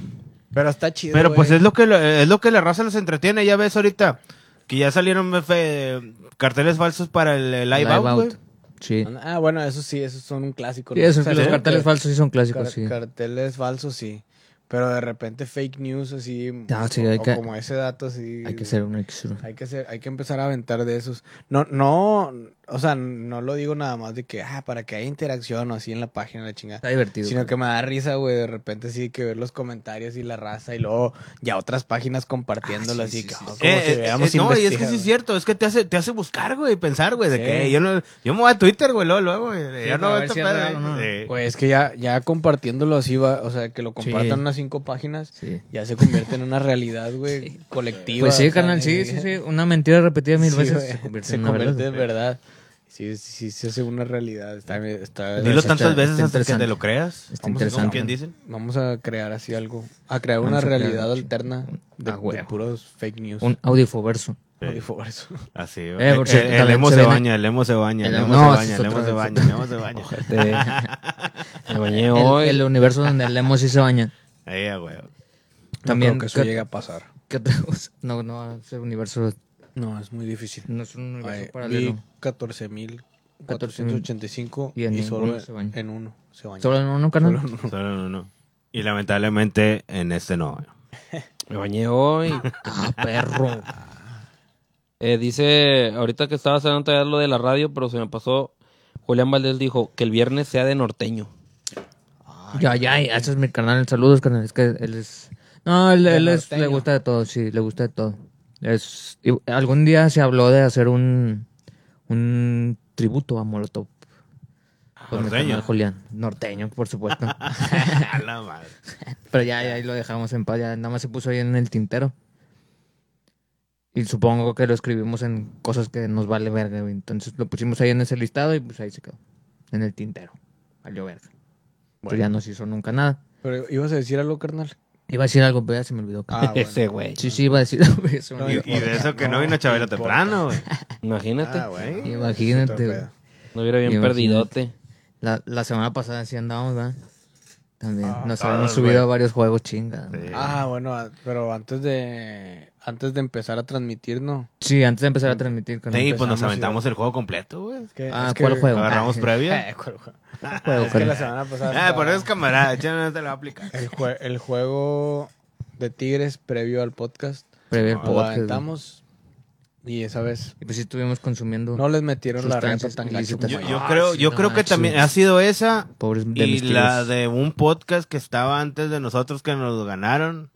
S1: Pero está chido,
S3: Pero pues
S1: güey.
S3: es lo que la- es lo que la raza les entretiene, ya ves ahorita que ya salieron eh, fe- carteles falsos para el, el live, out, güey.
S2: Sí.
S1: Ah, bueno, eso sí, esos son un clásico.
S2: Sí,
S1: ¿no?
S2: eso,
S1: O sea,
S2: los
S1: sí,
S2: carteles
S1: que-
S2: falsos sí son clásicos,
S1: car-
S2: sí.
S1: Carteles falsos, sí. Pero de repente fake news, así.
S2: Ah, sí,
S1: o-
S2: hay
S1: o
S2: que-
S1: como ese dato, sí.
S2: Hay que ser uno, hay que ser uno.
S1: Hay que, ser- hay que empezar a aventar de esos. No, no, o sea, no lo digo nada más de que, ah, para que haya interacción o así en la página, la chingada.
S2: Está divertido.
S1: Sino
S2: güey.
S1: que me da risa, güey, de repente sí que ver los comentarios y la raza y luego ya otras páginas compartiéndolo
S2: Ah, sí,
S1: así.
S2: sí,
S1: que,
S2: sí,
S1: oh,
S2: sí.
S1: como
S3: Eh,
S1: si
S3: eh,
S1: hubiéramos
S3: eh, no, y es que sí
S1: investigado.
S3: es cierto, es que te hace, te hace buscar, güey, pensar, güey, de
S1: Sí.
S3: que yo no, yo me voy a Twitter, güey, luego, luego, güey,
S2: para
S3: ya no veo
S2: ver
S3: este
S2: si es
S3: pedo,
S2: real o no. Pues,
S3: eh.
S1: Güey, es que ya, ya compartiéndolo así va, o sea, que lo compartan
S2: Sí.
S1: unas cinco páginas,
S2: Sí.
S1: ya se convierte en una realidad, güey, colectiva.
S2: Pues
S1: o
S2: sí,
S1: sea,
S2: carnal, sí,
S1: eh,
S2: sí, sí. Una mentira repetida mil
S1: sí,
S2: veces
S1: güey,
S2: se convierte
S1: se
S2: en una
S1: convierte
S2: verdad.
S1: en verdad. Sí, sí, sí, es una realidad. Está, está-
S3: Dilo
S2: está-
S3: tantas veces
S2: está
S3: hasta que te
S2: interesante.
S3: lo creas.
S2: Está
S3: Vamos a- ¿Cómo
S2: interesante.
S3: quién dicen?
S1: Vamos a crear así algo. A crear
S2: Vamos
S1: una
S2: a crear
S1: realidad
S2: un-
S1: alterna de,
S2: a
S1: de
S2: huevo.
S1: puros fake news.
S2: Un audiofoverso.
S3: Sí.
S1: Ay, por eso.
S3: Así,
S2: Eh, por
S3: eh,
S2: cierto,
S3: eh, el
S2: también
S3: emo
S2: se
S3: se
S2: viene-
S3: baña, el emo se baña, el
S2: El
S3: emo
S2: emo-
S3: se
S2: no, ese
S3: baña,
S2: es
S3: el
S2: otro-
S3: emo se
S2: es
S3: baña, el emo se baña.
S4: Me bañé
S2: El,
S4: hoy.
S2: el universo donde el emo sí se baña.
S3: Ahí, a huevo.
S2: También
S1: También que eso
S2: que-
S1: llegue a pasar.
S2: ¿Qué otra cosa? No, no va a ser universo.
S1: No, es muy difícil.
S2: No es un universo
S1: Ay,
S2: paralelo.
S1: vi 14.485 y,
S2: Y en
S1: solo
S2: ninguno
S1: en,
S2: se baña.
S1: en uno se baña.
S2: Solo en uno, carnal.
S1: Solo en uno.
S3: Solo no, no. Y lamentablemente en este no.
S4: Me bañé hoy.
S2: Ah, perro.
S4: Eh, dice, ahorita que estaba haciendo todavía lo de la radio, pero se me pasó. Julián Valdés dijo que el viernes sea de norteño.
S2: ya, ya, ya. Ese es mi carnal. Saludos, carnal. Es que él es. No, él,
S1: De
S2: él es, le
S1: norteño.
S2: gusta de todo, sí, le gusta de todo. Es, y algún día se habló de hacer un, un tributo a Molotov.
S1: Ah,
S2: Con mi
S3: Norteño.
S2: carnal Julián. Norteño, por supuesto.
S3: A la madre.
S2: Pero ya, ya ahí lo dejamos en paz, ya nada más se puso ahí en el tintero. Y supongo que lo escribimos en cosas que nos vale verga, güey. Entonces lo pusimos ahí en ese listado y pues ahí se quedó. En el tintero. Valió verga. Pues ya no se hizo nunca nada.
S1: Pero ibas a decir algo, carnal.
S2: Iba a decir algo, pero ya se me olvidó. cabrón.
S1: Ah, bueno.
S4: güey.
S2: Sí, sí, iba a decir algo. pero se me
S1: No,
S2: olvidó.
S3: Y, y de eso que no vino
S1: No
S3: Chabelo
S1: importa.
S3: temprano, güey.
S4: Imagínate.
S1: Ah, güey.
S2: Imagínate,
S1: Otro
S2: güey.
S1: pedo.
S4: no hubiera bien
S2: Imagínate.
S4: perdidote.
S2: La, la semana pasada sí andábamos, ¿verdad? También.
S1: Ah,
S2: nos
S3: ah,
S2: habíamos
S3: güey.
S2: subido a varios juegos, chinga.
S3: Sí.
S1: Ah, bueno, ah, pero antes de antes de empezar a transmitir, no.
S2: Sí, antes de empezar a transmitir. Con
S3: Sí, pues
S1: empezamos,
S3: nos aventamos el juego completo, güey.
S1: Es que-
S2: Ah,
S1: es que-
S2: ¿cuál juego?
S3: Agarramos
S2: Ah,
S3: previa.
S1: Eh, ¿cuál juego?
S2: juego,
S1: Es que
S2: carnal?
S1: la semana pasada.
S3: Ah, por eso es
S1: estaba-
S3: camarada, che, no te lo va a aplicar.
S2: Eh,
S1: el, jue- el juego de Tigres previo al podcast.
S2: Previo al
S1: Lo
S2: podcast, güey.
S1: aventamos y esa vez
S2: Y pues sí estuvimos consumiendo.
S1: no les metieron la reta
S2: Sustancias
S1: tan gacho
S2: ilícitas.
S1: como
S3: Yo,
S1: ahí.
S3: yo
S2: Ah,
S3: creo,
S2: sí,
S3: yo
S2: no
S3: creo que
S2: manches.
S3: también ha sido esa
S2: Pobres de
S3: y
S2: mis
S3: la
S2: tíos.
S3: de un podcast que estaba antes de nosotros que nos ganaron.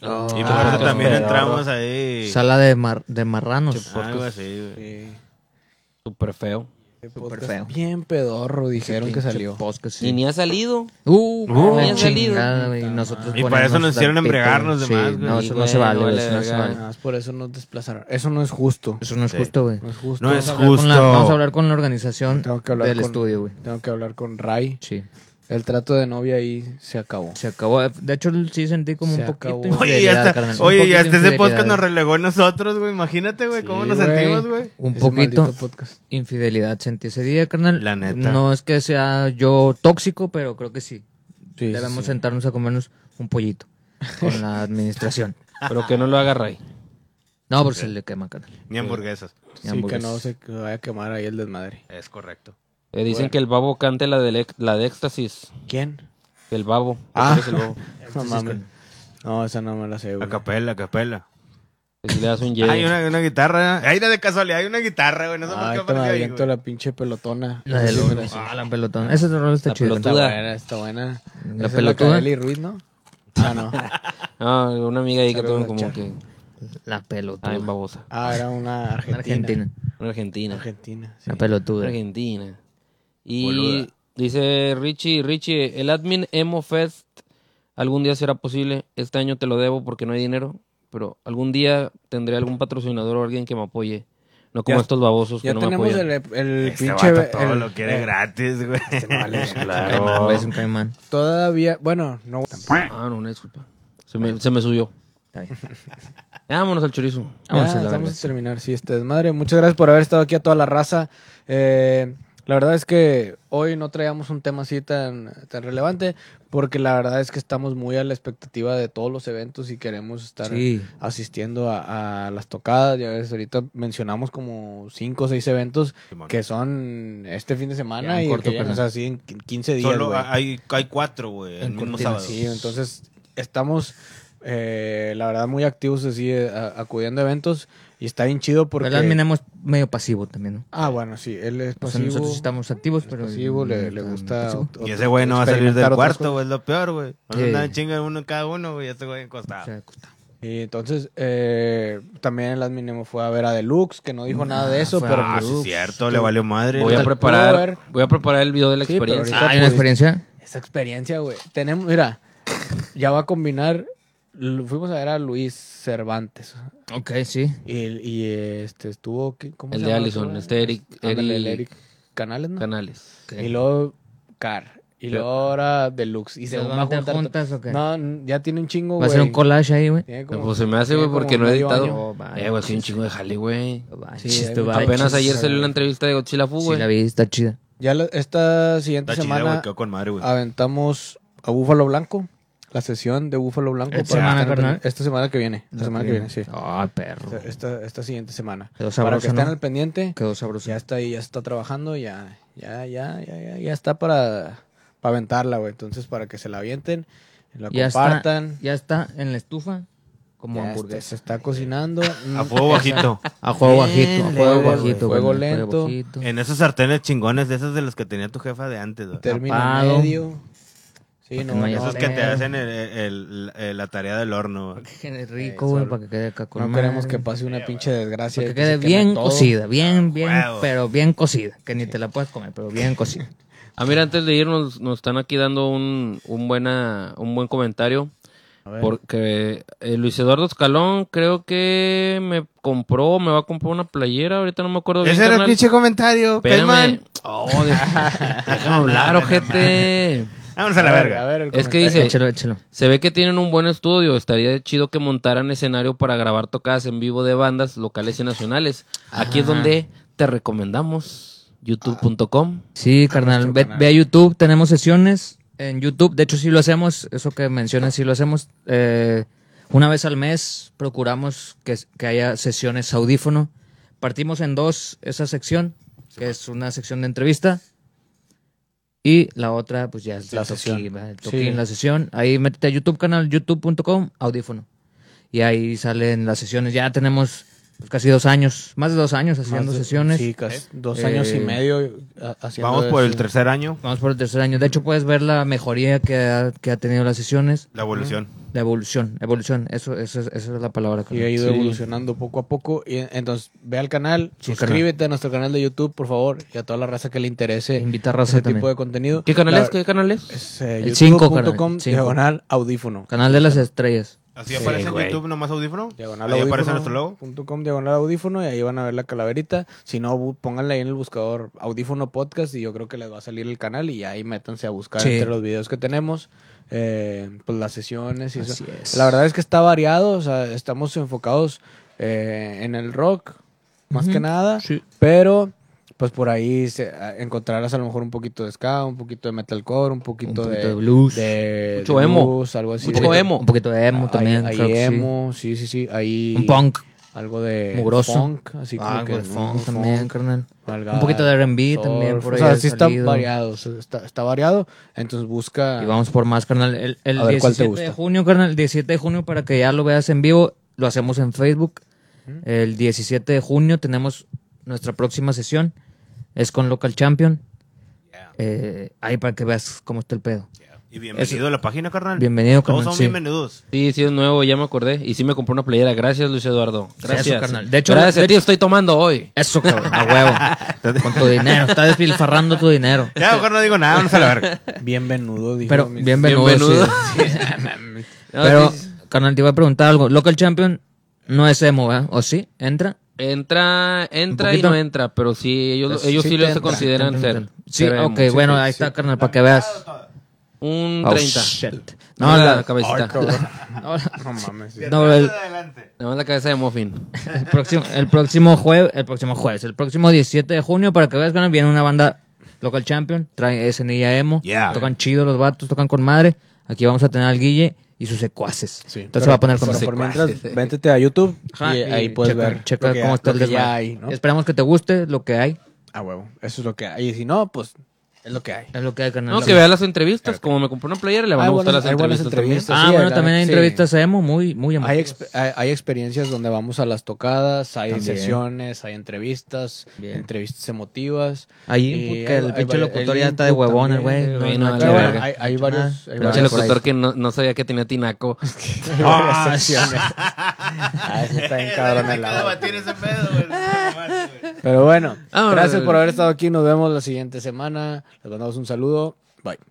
S3: y por
S2: ah,
S3: eso
S2: los
S3: también
S2: pedorros.
S3: entramos ahí.
S2: Sala de, mar- de marranos.
S3: Algo así, güey.
S1: Sí.
S4: Súper feo.
S1: Qué
S2: Súper
S1: podcast
S2: feo.
S1: Bien pedorro, dijeron que
S2: Pinche
S1: salió.
S2: podcast,
S4: Y
S2: sí.
S4: ni ha salido.
S2: Uh,
S3: Uh,
S2: la
S4: ni ha salido.
S2: chingada, güey. Nosotros
S3: Y para
S2: poniéndonos
S3: eso nos hicieron
S2: al pito,
S3: embriagarnos de
S2: sí,
S3: más, güey.
S2: No, eso
S4: Y
S2: no se
S4: bueno,
S2: vale, güey,
S4: vale
S2: eso no se
S4: verga.
S2: vale.
S1: Nada más por eso nos desplazaron. Eso no es justo.
S2: Eso no es
S3: Sí.
S2: justo, güey.
S1: No es justo.
S3: No es
S2: Vamos a hablar con la-
S3: justo.
S2: Vamos a hablar con la organización
S1: Tengo que hablar
S2: del
S1: con-
S2: estudio, güey.
S1: Tengo que hablar con Ray.
S2: Sí.
S1: El trato de novia ahí se acabó.
S2: Se acabó. De hecho, sí sentí como
S1: Se
S2: un poquito.
S1: acabó.
S2: de
S3: Oye,
S2: infidelidad,
S3: ya
S2: carnal.
S3: está.
S2: Un
S3: Oye,
S2: poquito
S3: ya
S2: de
S3: hasta ese podcast nos
S2: infidelidad.
S3: relegó a nosotros, güey. Imagínate, güey, cómo
S1: Sí,
S3: nos
S1: güey.
S3: sentimos, güey.
S2: Un
S1: Ese
S2: poquito.
S1: maldito podcast.
S2: Infidelidad sentí ese día, carnal.
S3: La neta.
S2: No es que sea yo tóxico, pero creo que sí.
S1: Sí,
S2: Debemos
S1: sí.
S2: sentarnos a comernos un pollito con la administración.
S4: Pero que no lo haga Ray.
S2: No, porque se le quema, carnal.
S3: Ni hamburguesas.
S1: Sí, que
S2: hamburguesas.
S1: no se que vaya a quemar ahí el desmadre.
S3: Es correcto.
S4: Eh, dicen
S1: Bueno.
S4: que el babo cante la de, la de éxtasis.
S1: ¿Quién?
S4: El babo.
S1: Ah.
S4: Es el babo.
S1: No mames. No, esa no me la sé,
S3: A
S1: güey.
S3: capela, a capela.
S4: Que si le das un yeyo.
S3: Hay una, una guitarra. Hay una de casualidad, hay una guitarra, güey. No sé por
S1: Ah,
S3: qué
S1: ahorita me
S3: apareció ahí,
S1: aviento
S3: güey.
S1: la pinche pelotona.
S2: La del
S1: Sí, me
S2: oro.
S1: la sé.
S2: Ah, la pelotona. Ese rol está
S4: La
S2: chido.
S1: Está
S4: duda.
S1: buena, está buena.
S2: La
S1: Esa es
S2: pelotuda.
S1: La Kareli Ruiz, ¿no? Ah, no.
S4: Ah, una amiga ahí que
S1: Saludos
S4: tuvo
S1: a
S4: como
S1: Char.
S4: que.
S2: La pelotuda.
S4: Ah, en babosa.
S1: Ah, era una
S2: Una
S1: argentina.
S2: Argentina.
S4: Una argentina.
S1: Argentina, sí.
S2: La pelotuda.
S4: Argentina. Y
S3: Boluda.
S4: dice Richie, Richie, el admin Emo Fest algún día será posible. Este año te lo debo porque no hay dinero, pero algún día tendré algún patrocinador o alguien que me apoye. No como
S1: Ya-
S4: estos babosos
S1: Ya
S4: que no me
S1: tenemos
S4: apoyan.
S1: el, el
S3: Este
S1: pinche.
S3: vato todo
S1: el-
S3: lo quiere
S1: eh,
S3: gratis, güey.
S1: vale,
S2: Un caimán, güey, es un caimán.
S1: Todavía, bueno, no.
S4: Ah, no, una disculpa. Se me, se me subió.
S2: Está bien.
S1: Ah.
S4: Ya, Vámonos al chorizo.
S1: Ya,
S2: Vamos a la
S1: Vamos,
S2: verga.
S1: a terminar, sí, este desmadre. Muchas gracias por haber estado aquí a toda la raza. Eh, la verdad es que hoy no traíamos un tema así tan, tan relevante, porque la verdad es que estamos muy a la expectativa de todos los eventos y queremos estar
S2: Sí.
S1: asistiendo a, a las tocadas. Ya ves, ahorita mencionamos como cinco o seis eventos
S3: Simón.
S1: que son este fin de semana
S2: Ya, en
S1: y
S2: corto,
S1: que llegan,
S2: carnal.
S1: o sea, así en qu- 15 días.
S3: Solo
S1: güey.
S3: hay, hay cuatro, güey. El
S2: En
S3: mismo
S2: cortina,
S3: sábado.
S1: Sí, entonces estamos, eh, la verdad, muy activos así, eh, a- acudiendo a eventos y está bien chido porque...
S2: El admin es medio pasivo también, ¿no?
S1: Ah, bueno, sí, él es
S2: O sea,
S1: pasivo.
S2: nosotros estamos activos, pero.
S1: pasivo, le, le gusta...
S2: pasivo.
S1: ot-
S3: Y ese güey no va a salir
S1: experimentar
S3: del
S1: otras
S3: cuarto,
S1: cosas.
S3: güey. Es lo peor, güey. Van a
S2: Sí.
S3: andar chingan uno en cada uno, güey. Este güey
S2: O
S1: Ah.
S3: encostado.
S2: sea, costa-
S1: Y entonces, eh, también el admin fue a ver a Deluxe, que no dijo nada de eso,
S2: fue a
S1: pero...
S3: Ah,
S1: pues,
S3: sí es cierto. Le valió madre.
S4: Voy a
S1: Tal
S4: preparar,
S1: Power.
S4: voy a preparar el video de la
S1: Sí, pero
S4: experiencia.
S1: ahorita-
S2: Ah, ¿Hay una
S1: pudiste-
S2: experiencia?
S1: Esa experiencia, güey. Tenemos, mira, ya va a combinar l- fuimos a ver a Luis Cervantes.
S2: Ok, sí.
S1: Y, y, este estuvo. ¿qué- ¿cómo
S4: El
S1: se
S4: de
S1: llama?
S4: Allison, este Eric-
S1: Pues, Ándale, el
S4: Eric-
S1: Eric Canales, ¿no?
S4: Canales.
S1: Y luego Car. Y luego ahora Deluxe. Y se
S2: ¿Las
S1: van
S2: van
S1: a
S2: a meter
S1: juntar.
S2: juntas o qué?
S1: No, n- ya tiene un chingo,
S2: Va a
S1: güey.
S2: ser un collage ahí, güey.
S1: Tiene como-
S4: Pues se me hace,
S1: tiene
S4: güey, porque
S1: como
S4: no he
S1: medio
S4: editado.
S1: año.
S4: Eh, güey, sí, un chingo de jale, güey.
S1: Sí,
S2: Chiste, va.
S4: Apenas ayer
S1: sí,
S4: salió
S1: sí.
S4: la entrevista de Godzilla Fu,
S2: Sí,
S4: güey.
S2: la vi, está chida.
S1: Ya la- esta siguiente
S3: Está chida,
S1: semana
S3: güey, quedó con madre, güey.
S1: aventamos a Búfalo Blanco. La sesión de Búfalo Blanco.
S2: Esta semana,
S1: estar-
S2: carnal.
S1: esta semana que viene. La semana que viene, sí.
S2: Ah, perro.
S1: Esta, esta, esta siguiente semana.
S2: Quedó
S1: Para que
S2: sabroso,
S1: estén
S2: ¿no?
S1: al pendiente.
S2: Quedó sabroso.
S1: pues Ya está ahí, ya está trabajando, ya, ya, ya, ya, ya, ya está para, para aventarla, güey. Entonces, para que se la avienten, la
S2: Ya está,
S1: compartan.
S2: ya está en la estufa
S1: Ya
S2: como
S1: está-
S2: hamburguesa.
S1: se está cocinando. Mm,
S3: A fuego bajito.
S2: A juego
S1: Bien
S2: bajito, a juego
S1: leve, güey.
S2: bajito. güey,
S1: Fuego
S2: a juego
S1: lento.
S2: bajito.
S3: En esos sartenes chingones, de esos de los que tenía tu jefa de antes, güey.
S1: Término
S2: tapado.
S1: medio. Sí, no,
S2: no haya
S1: no,
S3: Esos que te
S2: pero-
S3: hacen el- el- el- la tarea del horno, güey.
S2: Quede
S1: Eh,
S2: rico, güey,
S1: solo-
S2: para que quede acá con
S1: no queremos
S2: madre.
S1: que pase una pinche desgracia.
S2: Para que
S1: y
S2: quede
S1: se queme
S2: bien
S1: todo.
S2: cocida, bien, bien,
S3: huevo.
S2: pero bien cocida. Que ni te la puedes comer, pero bien cocida.
S4: Ah, mira, antes de irnos, nos están aquí dando un, un, buena, un buen comentario. Porque eh, Luis Eduardo Escalón creo que me compró, me va a comprar una playera. Ahorita no me acuerdo bien.
S3: Ese era el
S4: carnal.
S3: pinche comentario,
S4: Espérame.
S3: Pelman.
S4: Oh, de- déjame hablar, ojete.
S3: Vámonos a la
S1: A ver,
S3: verga.
S1: a ver el
S4: Es que
S1: comentario.
S4: dice-
S2: Échalo, échalo.
S4: Se ve que tienen un buen estudio. Estaría chido que montaran escenario para grabar tocadas en vivo de bandas locales y nacionales. Aquí es donde te recomendamos youtube.com.
S2: Sí, carnal, ve, ve a YouTube, tenemos sesiones en YouTube, de hecho sí lo hacemos, eso que mencionas sí lo hacemos. Eh, una vez al mes procuramos que, que haya sesiones audífono. Partimos en dos esa sección, que es una sección de entrevista, y la otra pues ya es
S1: La
S2: el
S1: sesión.
S2: toquín, ¿verdad? el
S1: Sí.
S2: toquín, la sesión. Ahí métete a YouTube, canal youtube.com, audífono. Y ahí salen las sesiones, ya tenemos pues, casi dos años, más de dos años haciendo
S1: Más de-
S2: sesiones.
S1: sí, casi dos años
S2: Eh,
S1: y medio a- haciendo
S3: Vamos por el
S1: eso.
S3: tercer año,
S2: Vamos por el tercer año. De hecho, puedes ver la mejoría que ha, que ha tenido las sesiones.
S3: la evolución.
S2: La evolución, evolución. Eso, eso, es- esa es la palabra.
S1: Y ha
S2: correcta.
S1: ido
S2: Sí.
S1: evolucionando poco a poco. Y entonces, ve al canal,
S2: Sí,
S1: suscríbete a nuestro canal de YouTube, por favor, y a toda la raza que le interese
S2: Invita a raza
S1: ese
S2: también.
S1: tipo de contenido.
S4: ¿Qué canal
S1: La-
S4: es? ¿Qué canal es?
S1: es, eh,
S2: El cinco,
S1: youtube.com
S2: carnal, el cinco.
S1: diagonal audífono.
S2: Canal de las estrellas.
S3: Así aparece en
S4: güey.
S3: YouTube nomás audífono.
S1: Diagonal
S3: Ahí
S1: audífono,
S3: aparece nuestro logo.
S1: punto com, diagonal audífono y ahí van a ver la calaverita. Si no, bu- pónganle ahí en el buscador audífono podcast y yo creo que les va a salir el canal y ahí métanse a buscar
S2: Sí.
S1: entre los videos que tenemos. eh, pues las sesiones y eso.
S2: Así es.
S1: La verdad es que está variado, o sea, estamos enfocados eh, en el rock, más que nada, pero pues por ahí se- a- encontrarás a lo mejor un poquito de ska, un poquito de metalcore, un
S2: Un
S1: poquito,
S2: poquito de,
S1: de,
S2: blues.
S1: de-
S4: Mucho
S1: de
S4: emo.
S1: blues, algo así.
S2: un,
S4: Mucho
S2: poquito,
S4: emo.
S2: un poquito de emo
S1: Hay-
S2: también.
S1: hay
S2: creo que sí.
S1: emo, sí, sí, sí. Hay
S2: Un punk.
S1: Algo de
S2: Mugroso.
S1: funk, así como
S2: Ah,
S1: que,
S2: güey,
S1: mm,
S2: funk
S1: funk,
S2: también, carnal.
S1: valgada,
S2: Un poquito de R&B
S1: surf.
S2: también. Por
S1: o
S2: ahí
S1: sea,
S2: ha
S1: sí está
S2: salido.
S1: variado, o sea, está, está variado. Entonces busca
S2: Y vamos por más, carnal. El, el
S1: A ver, ¿cuál te
S2: 17 de
S1: gusta?
S2: junio, carnal, el 17 de junio, para que ya lo veas en vivo, lo hacemos en Facebook. El 17 de junio tenemos nuestra próxima sesión. Es con Local Champion. Eh, ahí para que veas cómo está el pedo.
S3: Y bienvenido a la página, carnal.
S2: Bienvenido,
S3: Todos
S2: carnal,
S3: son
S2: sí.
S3: bienvenidos.
S4: Sí, sí, es nuevo, ya me acordé. Y sí me compró una playera. Gracias, Luis Eduardo. Gracias.
S2: Eso, carnal. De hecho,
S4: gracias
S2: de
S4: a ti,
S2: hecho-
S4: estoy tomando hoy.
S2: Eso, cabrón, a huevo. Con tu dinero. Está despilfarrando tu dinero.
S3: Ya, mejor no digo nada, vamos a la verga.
S1: bienvenudo, dijo
S2: Pero
S1: mi-
S2: bienvenido.
S4: Bienvenudo.
S2: sí.
S4: No,
S2: Pero,
S4: sí,
S2: carnal, te iba a preguntar algo. Local Champion no es emo, ¿verdad? ¿O sí? ¿Entra?
S4: Entra, entra y
S2: poquito. Pues
S4: no entra, pero sí, ellos,
S1: Sí,
S4: ellos sí,
S1: sí
S4: lo
S1: te
S4: se
S1: entra,
S4: consideran
S2: Entra,
S4: ser.
S2: Ah, entra. Sí,
S4: ser emo.
S2: ok, bueno, ahí está, carnal, para que veas.
S4: Un
S2: Oh,
S4: 30.
S2: shit.
S4: No,
S2: No,
S4: la,
S2: la-
S1: Ay,
S4: cabecita.
S1: cabrón.
S2: No,
S1: No mames. sí.
S2: no, el,
S3: Adelante.
S4: Nada más la cabeza de Muffin.
S2: el próximo, el próximo jueves, el próximo jueves, el próximo 17 de junio, para que veas, carnal, viene una banda local champion, trae ese Nilla Emo,
S3: Yeah.
S2: tocan chido los vatos, tocan con madre. Aquí vamos a tener al Guille y sus secuaces.
S1: Sí,
S2: Entonces
S1: pero-
S2: se va a poner con
S1: pero
S2: nosotros.
S1: por mientras, véntete a YouTube
S2: Ajá,
S1: y,
S2: y
S1: ahí puedes
S2: checa-
S1: ver
S2: checa
S1: lo que
S2: cómo
S1: ya-
S2: está
S1: lo
S2: el
S1: que ya
S2: desmadre.
S1: hay, ¿no?
S2: Esperamos que te guste lo que hay.
S1: Ah, huevo. Eso es lo que hay. Y si no, pues es lo que hay.
S2: Es lo que hay, carnal.
S4: No, Ah,
S2: Lo-
S4: que vea las entrevistas. Como me compró una playera, le van a
S1: Hay
S4: gustar
S1: buenas-
S4: las
S1: Ah, hay buenas
S4: entrevistas, también.
S1: entrevistas.
S2: Ah,
S1: Sí,
S2: bueno,
S1: la
S2: también hay
S1: neta, sí.
S2: entrevistas a Emo muy, muy
S1: Hay,
S2: llamativas.
S1: exp- hay, hay experiencias donde vamos a las tocadas, hay
S2: También.
S1: sesiones, hay entrevistas,
S2: Bien.
S1: entrevistas emotivas.
S2: Ahí
S1: Y
S2: input,
S1: hay-
S2: que el
S1: hay
S2: pinche
S1: vari-
S2: locutor
S1: el
S2: ya está de
S1: input
S2: huevón, el
S1: también,
S2: güey.
S1: eh,
S2: No,
S4: güey,
S2: no,
S4: no,
S2: no,
S4: la
S2: no,
S4: verga.
S2: no,
S1: Hay- hay
S2: no,
S1: varios-
S2: no,
S1: hay
S2: no,
S1: varios
S4: Pinche
S2: no,
S4: locutor que no, no sabía que tenía tinaco.
S1: Ah, ese está bien cabrón el
S3: Cada
S1: lado.
S3: batir ese pedo, güey.
S1: Pero bueno,
S4: Ah,
S1: gracias por
S4: bueno.
S1: haber estado aquí. Nos vemos la siguiente semana. Les mandamos un saludo. Bye.